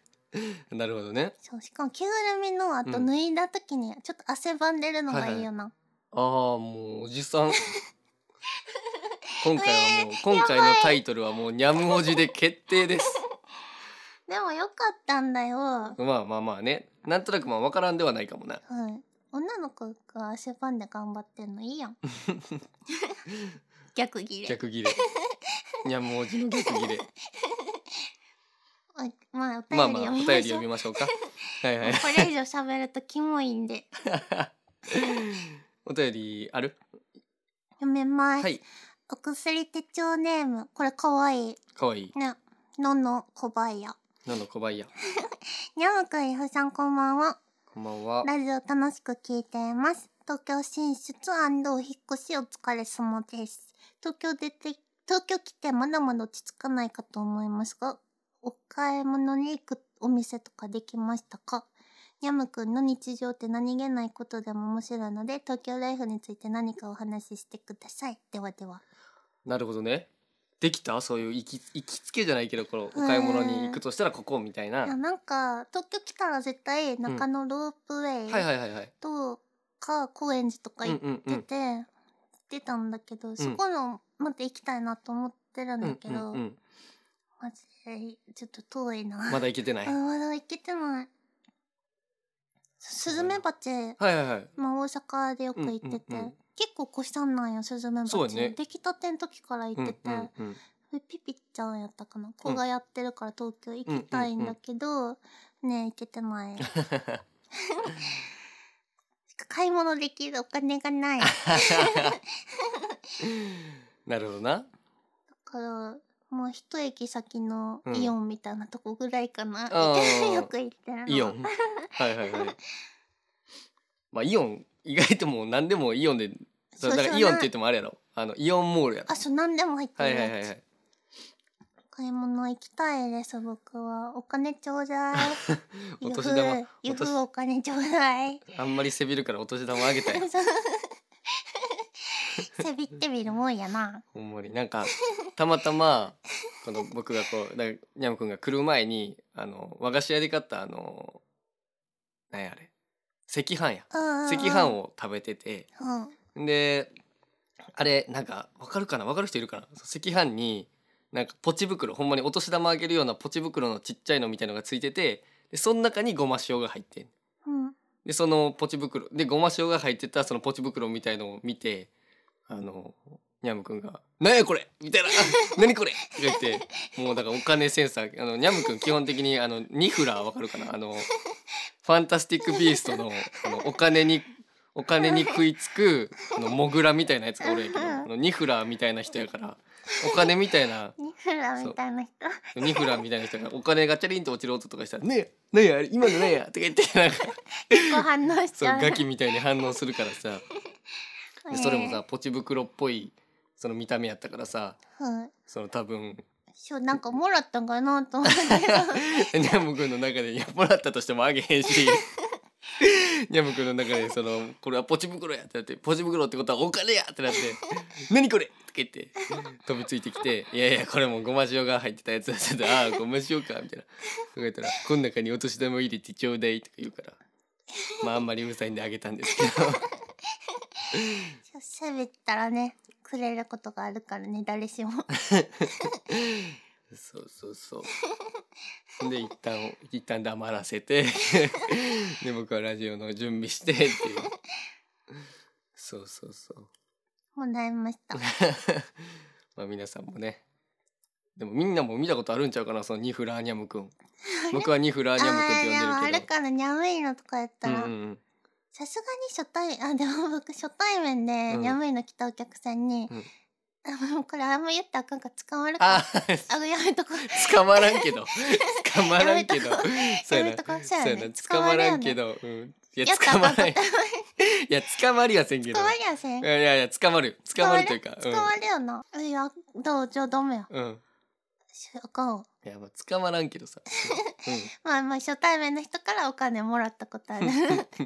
Speaker 2: なるほどね
Speaker 1: そう、しかも着ぐるみの後、
Speaker 2: うん
Speaker 1: 脱いだ時に、ちょっと汗ばんでるのがいいよな。
Speaker 2: ああもうおじ さん今回はもう、今回のタイトルはもうにゃむおじで決定です
Speaker 1: でもよかったんだよ。は。
Speaker 2: まあまあまあねなんとなくまあ分からんではないかもない
Speaker 1: 女の子が汗ばんで頑張ってんのいいや ん。逆ギレ。
Speaker 2: 逆 ギレにゃむおじの逆 ギレ
Speaker 1: おいまあ、お
Speaker 2: ま
Speaker 1: 便り
Speaker 2: あまあ
Speaker 1: 読
Speaker 2: お
Speaker 1: み
Speaker 2: 便
Speaker 1: ま
Speaker 2: り
Speaker 1: しょ
Speaker 2: 読
Speaker 1: う。
Speaker 2: みましょうかはいはい
Speaker 1: これ以上喋るとキモいんで。
Speaker 2: お便りある
Speaker 1: 読めます。
Speaker 2: はい
Speaker 1: お薬手帳ネーム。これかわいい。
Speaker 2: かわいい
Speaker 1: ね。のの小林。
Speaker 2: なの小林
Speaker 1: にゃむくん、いふさんこんばんは。
Speaker 2: こんばんは
Speaker 1: ラジオ楽しく聞いています。東京進出お引っ越しお疲れ様です。東京出て、東京来てまだまだ落ち着かないかと思いますが、お買い物に行くお店とかできましたかにゃむくんの日常って何気ないことでも面白いので、東京ライフについて何かお話ししてください。ではでは。
Speaker 2: なるほどね。できたそういう行き行きつけじゃないけどこのお買い物に行くとしたらここみたいな。
Speaker 1: いや
Speaker 2: は
Speaker 1: なんか、東京来たら絶対中野ロープウェイ
Speaker 2: いはいはいはい。
Speaker 1: とか高円寺とか
Speaker 2: うん
Speaker 1: 行っ
Speaker 2: うんう
Speaker 1: 出
Speaker 2: ん。
Speaker 1: て、出たんだけど、そこのまた行きたいなと思ってるん
Speaker 2: う
Speaker 1: だ
Speaker 2: ん
Speaker 1: け
Speaker 2: う
Speaker 1: ど、
Speaker 2: んうん。
Speaker 1: マジでちょっと遠いな、
Speaker 2: まだ行け てない。
Speaker 1: あ
Speaker 2: は
Speaker 1: まだ行けてないスズメバチ、
Speaker 2: いはいはい。
Speaker 1: まあ、大阪でよく行ってて、
Speaker 2: うんうんうん
Speaker 1: 結構腰さんなんよスズメバ
Speaker 2: そう
Speaker 1: チ、
Speaker 2: やね
Speaker 1: 出来たての時から行
Speaker 2: うん
Speaker 1: っ
Speaker 2: う
Speaker 1: てて、
Speaker 2: んうん。
Speaker 1: でピピちゃんやったかな子がやってるから東京行きたいんだけど、ねえ行けてない 買い物できるお金がない
Speaker 2: なるほどな。
Speaker 1: だからもう一駅先の
Speaker 2: うん
Speaker 1: イオンみたいなとこぐらいかな、
Speaker 2: あー
Speaker 1: よく行ってるの
Speaker 2: イオン。はいはいはい。まあイオン意外ともう何でもイオンでそうだからイオンって言ってもあれやろ。あのイオンモールやろ
Speaker 1: あ。そう何でも入って
Speaker 2: は
Speaker 1: る
Speaker 2: い
Speaker 1: やつ、
Speaker 2: はいはいはい。
Speaker 1: 買い物行きたいです僕はお金ちょうだい
Speaker 2: お
Speaker 1: ゆふ
Speaker 2: 年玉
Speaker 1: ゆ
Speaker 2: お年
Speaker 1: ふお金ちょうだい
Speaker 2: あんまりせびるからお年玉あげたい。
Speaker 1: せびってみるもんやな
Speaker 2: ほんまになんかたまたまこの僕がこうだからにゃむくんが来る前にあの和菓子屋で買ったあの何やあれ赤飯や赤飯
Speaker 1: を、
Speaker 2: を食べてて
Speaker 1: うん、
Speaker 2: であれなんかわかるかなわかる人いるかなそう赤飯になんかポチ袋ほんまにお年玉あげるようなポチ袋のちっちゃいのみたいのがついててでその中にごま塩が入ってん
Speaker 1: うん
Speaker 2: でそのポチ袋でごま塩が入ってたそのポチ袋みたいのを見てあのにゃむくんが「何やこれ!」みたいな 「何これ!」って言ってもうだからお金センサーあのにゃむくん基本的にあのニフラーわかるかなあのファンタスティック・ビーストのあのお金にお金に食いつくあのモグラみたいなやつがおるんやけどあのニフラーみたいな人やからお金みたいな
Speaker 1: ニフラみたいな人。
Speaker 2: ニフラーみたいな人がお金がチャリンと落ちる音とかしたら「ねえねえあれ今のねえや」とか言ってなんか
Speaker 1: 結構反応し
Speaker 2: そ
Speaker 1: ち
Speaker 2: う
Speaker 1: ゃう。
Speaker 2: ガキみたいに反応するからさ
Speaker 1: え
Speaker 2: で
Speaker 1: ー
Speaker 2: それもさ。ポチ袋っぽいその見た目やったからさ
Speaker 1: はい。
Speaker 2: その多分
Speaker 1: そう、なんかもらったんかなと思って。
Speaker 2: ニャム君の中でいやもらったとしてもあげへんしニャム君の中でそのこれはポチ袋やってなってポチ袋ってことはお金やってなって「何これ!」って言って飛びついてきて「いやいやこれもうごま塩が入ってたやつだ」って言ったら「ああごま塩か」みたいな考えたら「こん中にお年玉入れてちょうだい」とか言うからまああんまりうるさいんであげたんですけど
Speaker 1: しゃべったらね、くれることがあるからね、誰 しも。
Speaker 2: そうそうそう で一旦一旦黙らせて で僕はラジオの準備して っていうそうそうそう
Speaker 1: もらいました。
Speaker 2: まあ皆さんもねでもみんなも見たことあるんちゃうかなそのニフラーニャムくん僕はニフラーニャムくんって
Speaker 1: あー
Speaker 2: 呼ん
Speaker 1: で
Speaker 2: で
Speaker 1: もあ
Speaker 2: る
Speaker 1: るからにゃむいのとかやった
Speaker 2: けど
Speaker 1: ら
Speaker 2: うんうん
Speaker 1: さすがに初対あでも僕初対面で
Speaker 2: うん
Speaker 1: にゃむいの来たお客さんに
Speaker 2: うん
Speaker 1: 「あもうこれあんま言ったらあかんから捕まるから
Speaker 2: あー
Speaker 1: あやめとこう
Speaker 2: 捕まらんけ ど捕まらんけど
Speaker 1: やめとこ
Speaker 2: そうや
Speaker 1: やめとこ
Speaker 2: な
Speaker 1: そうやね
Speaker 2: そうやな捕まらんけど、うん、いや
Speaker 1: やったら
Speaker 2: 捕ま
Speaker 1: あかん
Speaker 2: らんい
Speaker 1: 捕
Speaker 2: や捕まりはせんけど
Speaker 1: まりゃせん
Speaker 2: いやいやいや捕まる捕まるというか
Speaker 1: 捕まるよな、いやどうじゃあダメや
Speaker 2: うん、うん、
Speaker 1: しあかんわ
Speaker 2: いやまあ捕まらんけ どさ、うん、
Speaker 1: まあまあ初対面の人からお金もらったことある
Speaker 2: ね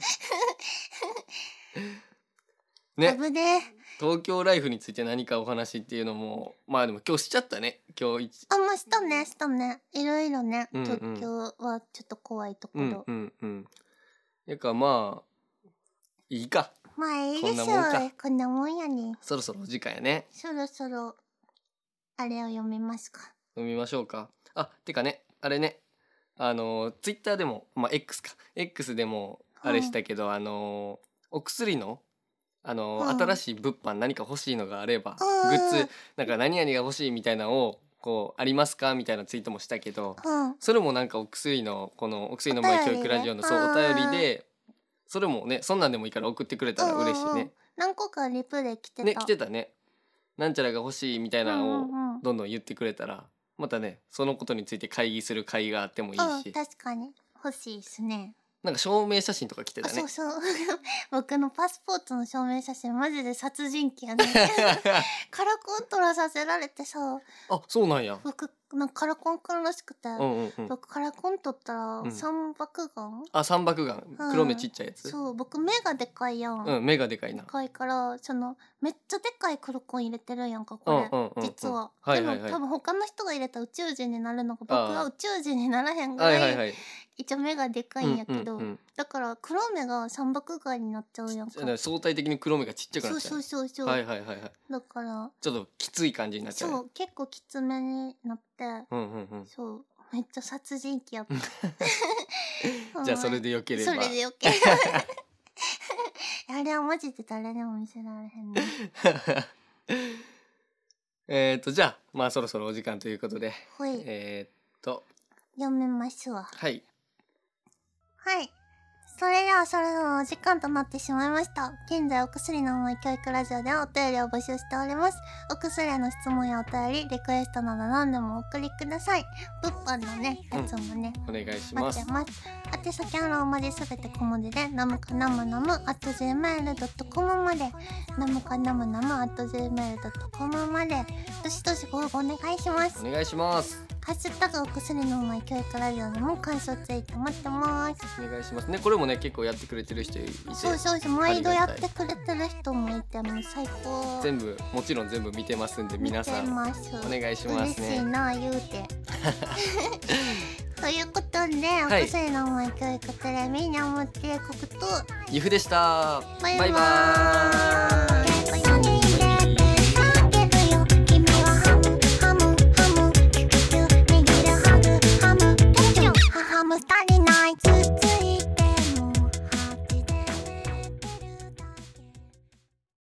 Speaker 1: 危ねえ
Speaker 2: 東京ライフについて何かお話っていうのもまあでも今日しちゃったね今日一
Speaker 1: あまあしたねしたねいろいろね
Speaker 2: うんうん
Speaker 1: 東京はちょっと怖いとこ
Speaker 2: う
Speaker 1: ろ、
Speaker 2: んうんうん。やかまあいいか
Speaker 1: まあいいでしょ
Speaker 2: こんなもん
Speaker 1: う
Speaker 2: か
Speaker 1: こんなもんやね
Speaker 2: そろそろお時間やね
Speaker 1: そろそろあれを読みますか
Speaker 2: 飲みましょうか。あてかねあれねあのツイッターでもまあ X か X でもあれしたけど、あのお薬のあの、
Speaker 1: うん
Speaker 2: 新しい物販何か欲しいのがあれば、
Speaker 1: うん
Speaker 2: グッズなんか何々が欲しいみたいなのをこうありますかみたいなツイートもしたけど、
Speaker 1: うん
Speaker 2: それもなんかお薬のこのお薬の前
Speaker 1: お
Speaker 2: 教
Speaker 1: 便りね
Speaker 2: 育ラジオのそう
Speaker 1: あ
Speaker 2: お
Speaker 1: ー
Speaker 2: 便りでそれもねそんなんでもいいから送ってくれたら嬉しい
Speaker 1: うんうんう
Speaker 2: ね
Speaker 1: ん。何個かリプで来てた
Speaker 2: ね来てたね。なんちゃらが欲しいみたいなの
Speaker 1: うん
Speaker 2: を
Speaker 1: うんうん
Speaker 2: どんどん言ってくれたらまたねそのことについて会議する会があってもいい
Speaker 1: うん
Speaker 2: し
Speaker 1: 確かに欲しいですね
Speaker 2: なんか証明写真とか来て
Speaker 1: あ
Speaker 2: たね
Speaker 1: そう。そう 僕のパスポートの証明写真マジで殺人鬼や ねカラコン取らさせられてさ
Speaker 2: あそうなんや。
Speaker 1: 僕なんかカラコンくんらしくて、
Speaker 2: うんうんうん。
Speaker 1: 僕カラコン取った
Speaker 2: う
Speaker 1: ら
Speaker 2: ん
Speaker 1: 三爆眼、
Speaker 2: あ三白眼
Speaker 1: うん
Speaker 2: 黒目ちっちゃいやつ。
Speaker 1: そう僕目がでかいやん、
Speaker 2: うん目がでかい
Speaker 1: で
Speaker 2: な。
Speaker 1: かいからそのめっちゃでかい黒コン入れてるやんかこ
Speaker 2: うん
Speaker 1: れ、
Speaker 2: うんうんうん。
Speaker 1: 実は。
Speaker 2: はいはいは
Speaker 1: でも
Speaker 2: い
Speaker 1: 多。分他の人が入れたら宇宙人になるのが僕
Speaker 2: あ
Speaker 1: は
Speaker 2: あ
Speaker 1: 宇宙人にならへんぐ
Speaker 2: はい
Speaker 1: ら
Speaker 2: はい
Speaker 1: い
Speaker 2: はい。
Speaker 1: 一応目がでかいんやけど、
Speaker 2: うんうんうん
Speaker 1: だから黒目が三白眼になっちゃうやんか
Speaker 2: だから相対的に黒目がちっちゃくなっちゃ
Speaker 1: そうう。そうそうそう、
Speaker 2: はいはいはいはい。
Speaker 1: だから
Speaker 2: ちょっときつい感じになっちゃうね。
Speaker 1: そう結構きつめになって
Speaker 2: うんうんうん。
Speaker 1: そうめっちゃ殺人鬼やった
Speaker 2: じゃあそれでよければ。
Speaker 1: それでよければあれはマジで誰にも見せられへんね
Speaker 2: えっとじゃあまあそろそろお時間ということで、
Speaker 1: ほい、
Speaker 2: えっと
Speaker 1: 読めますわ
Speaker 2: はい
Speaker 1: はい。それではそろそろお時間となってしまいました。現在お薬の思い教育ラジオではお便りを募集しております。お薬への質問やお便り、リクエストなど何でもお送りください。物販のね、やつもね、
Speaker 2: お願いしま
Speaker 1: 待
Speaker 2: す
Speaker 1: って。ます。宛先はローマ字すべて小文字で、ナムカナムナム、あと gmail.com まで、ナムカナムナム、あと gmail.com まで、どしどしご応募お願いします。
Speaker 2: お願いします。
Speaker 1: ハッシュタグお薬の思い教育ラジオでも感想ツイート待ってます。
Speaker 2: お願いしますねこれもね結構やってくれてる人いて
Speaker 1: そうそうそう毎度やってくれてる人もいてもう最高
Speaker 2: 全部もちろん全部見てますんで皆さ
Speaker 1: 見て
Speaker 2: ん
Speaker 1: ます
Speaker 2: お願いしま
Speaker 1: 嬉
Speaker 2: す
Speaker 1: しい
Speaker 2: ね。
Speaker 1: な言う てということで、
Speaker 2: い
Speaker 1: お薬の思い教育テレビに思っていくこと
Speaker 2: ゆふでした。
Speaker 1: バイバーイ
Speaker 2: バイバーイ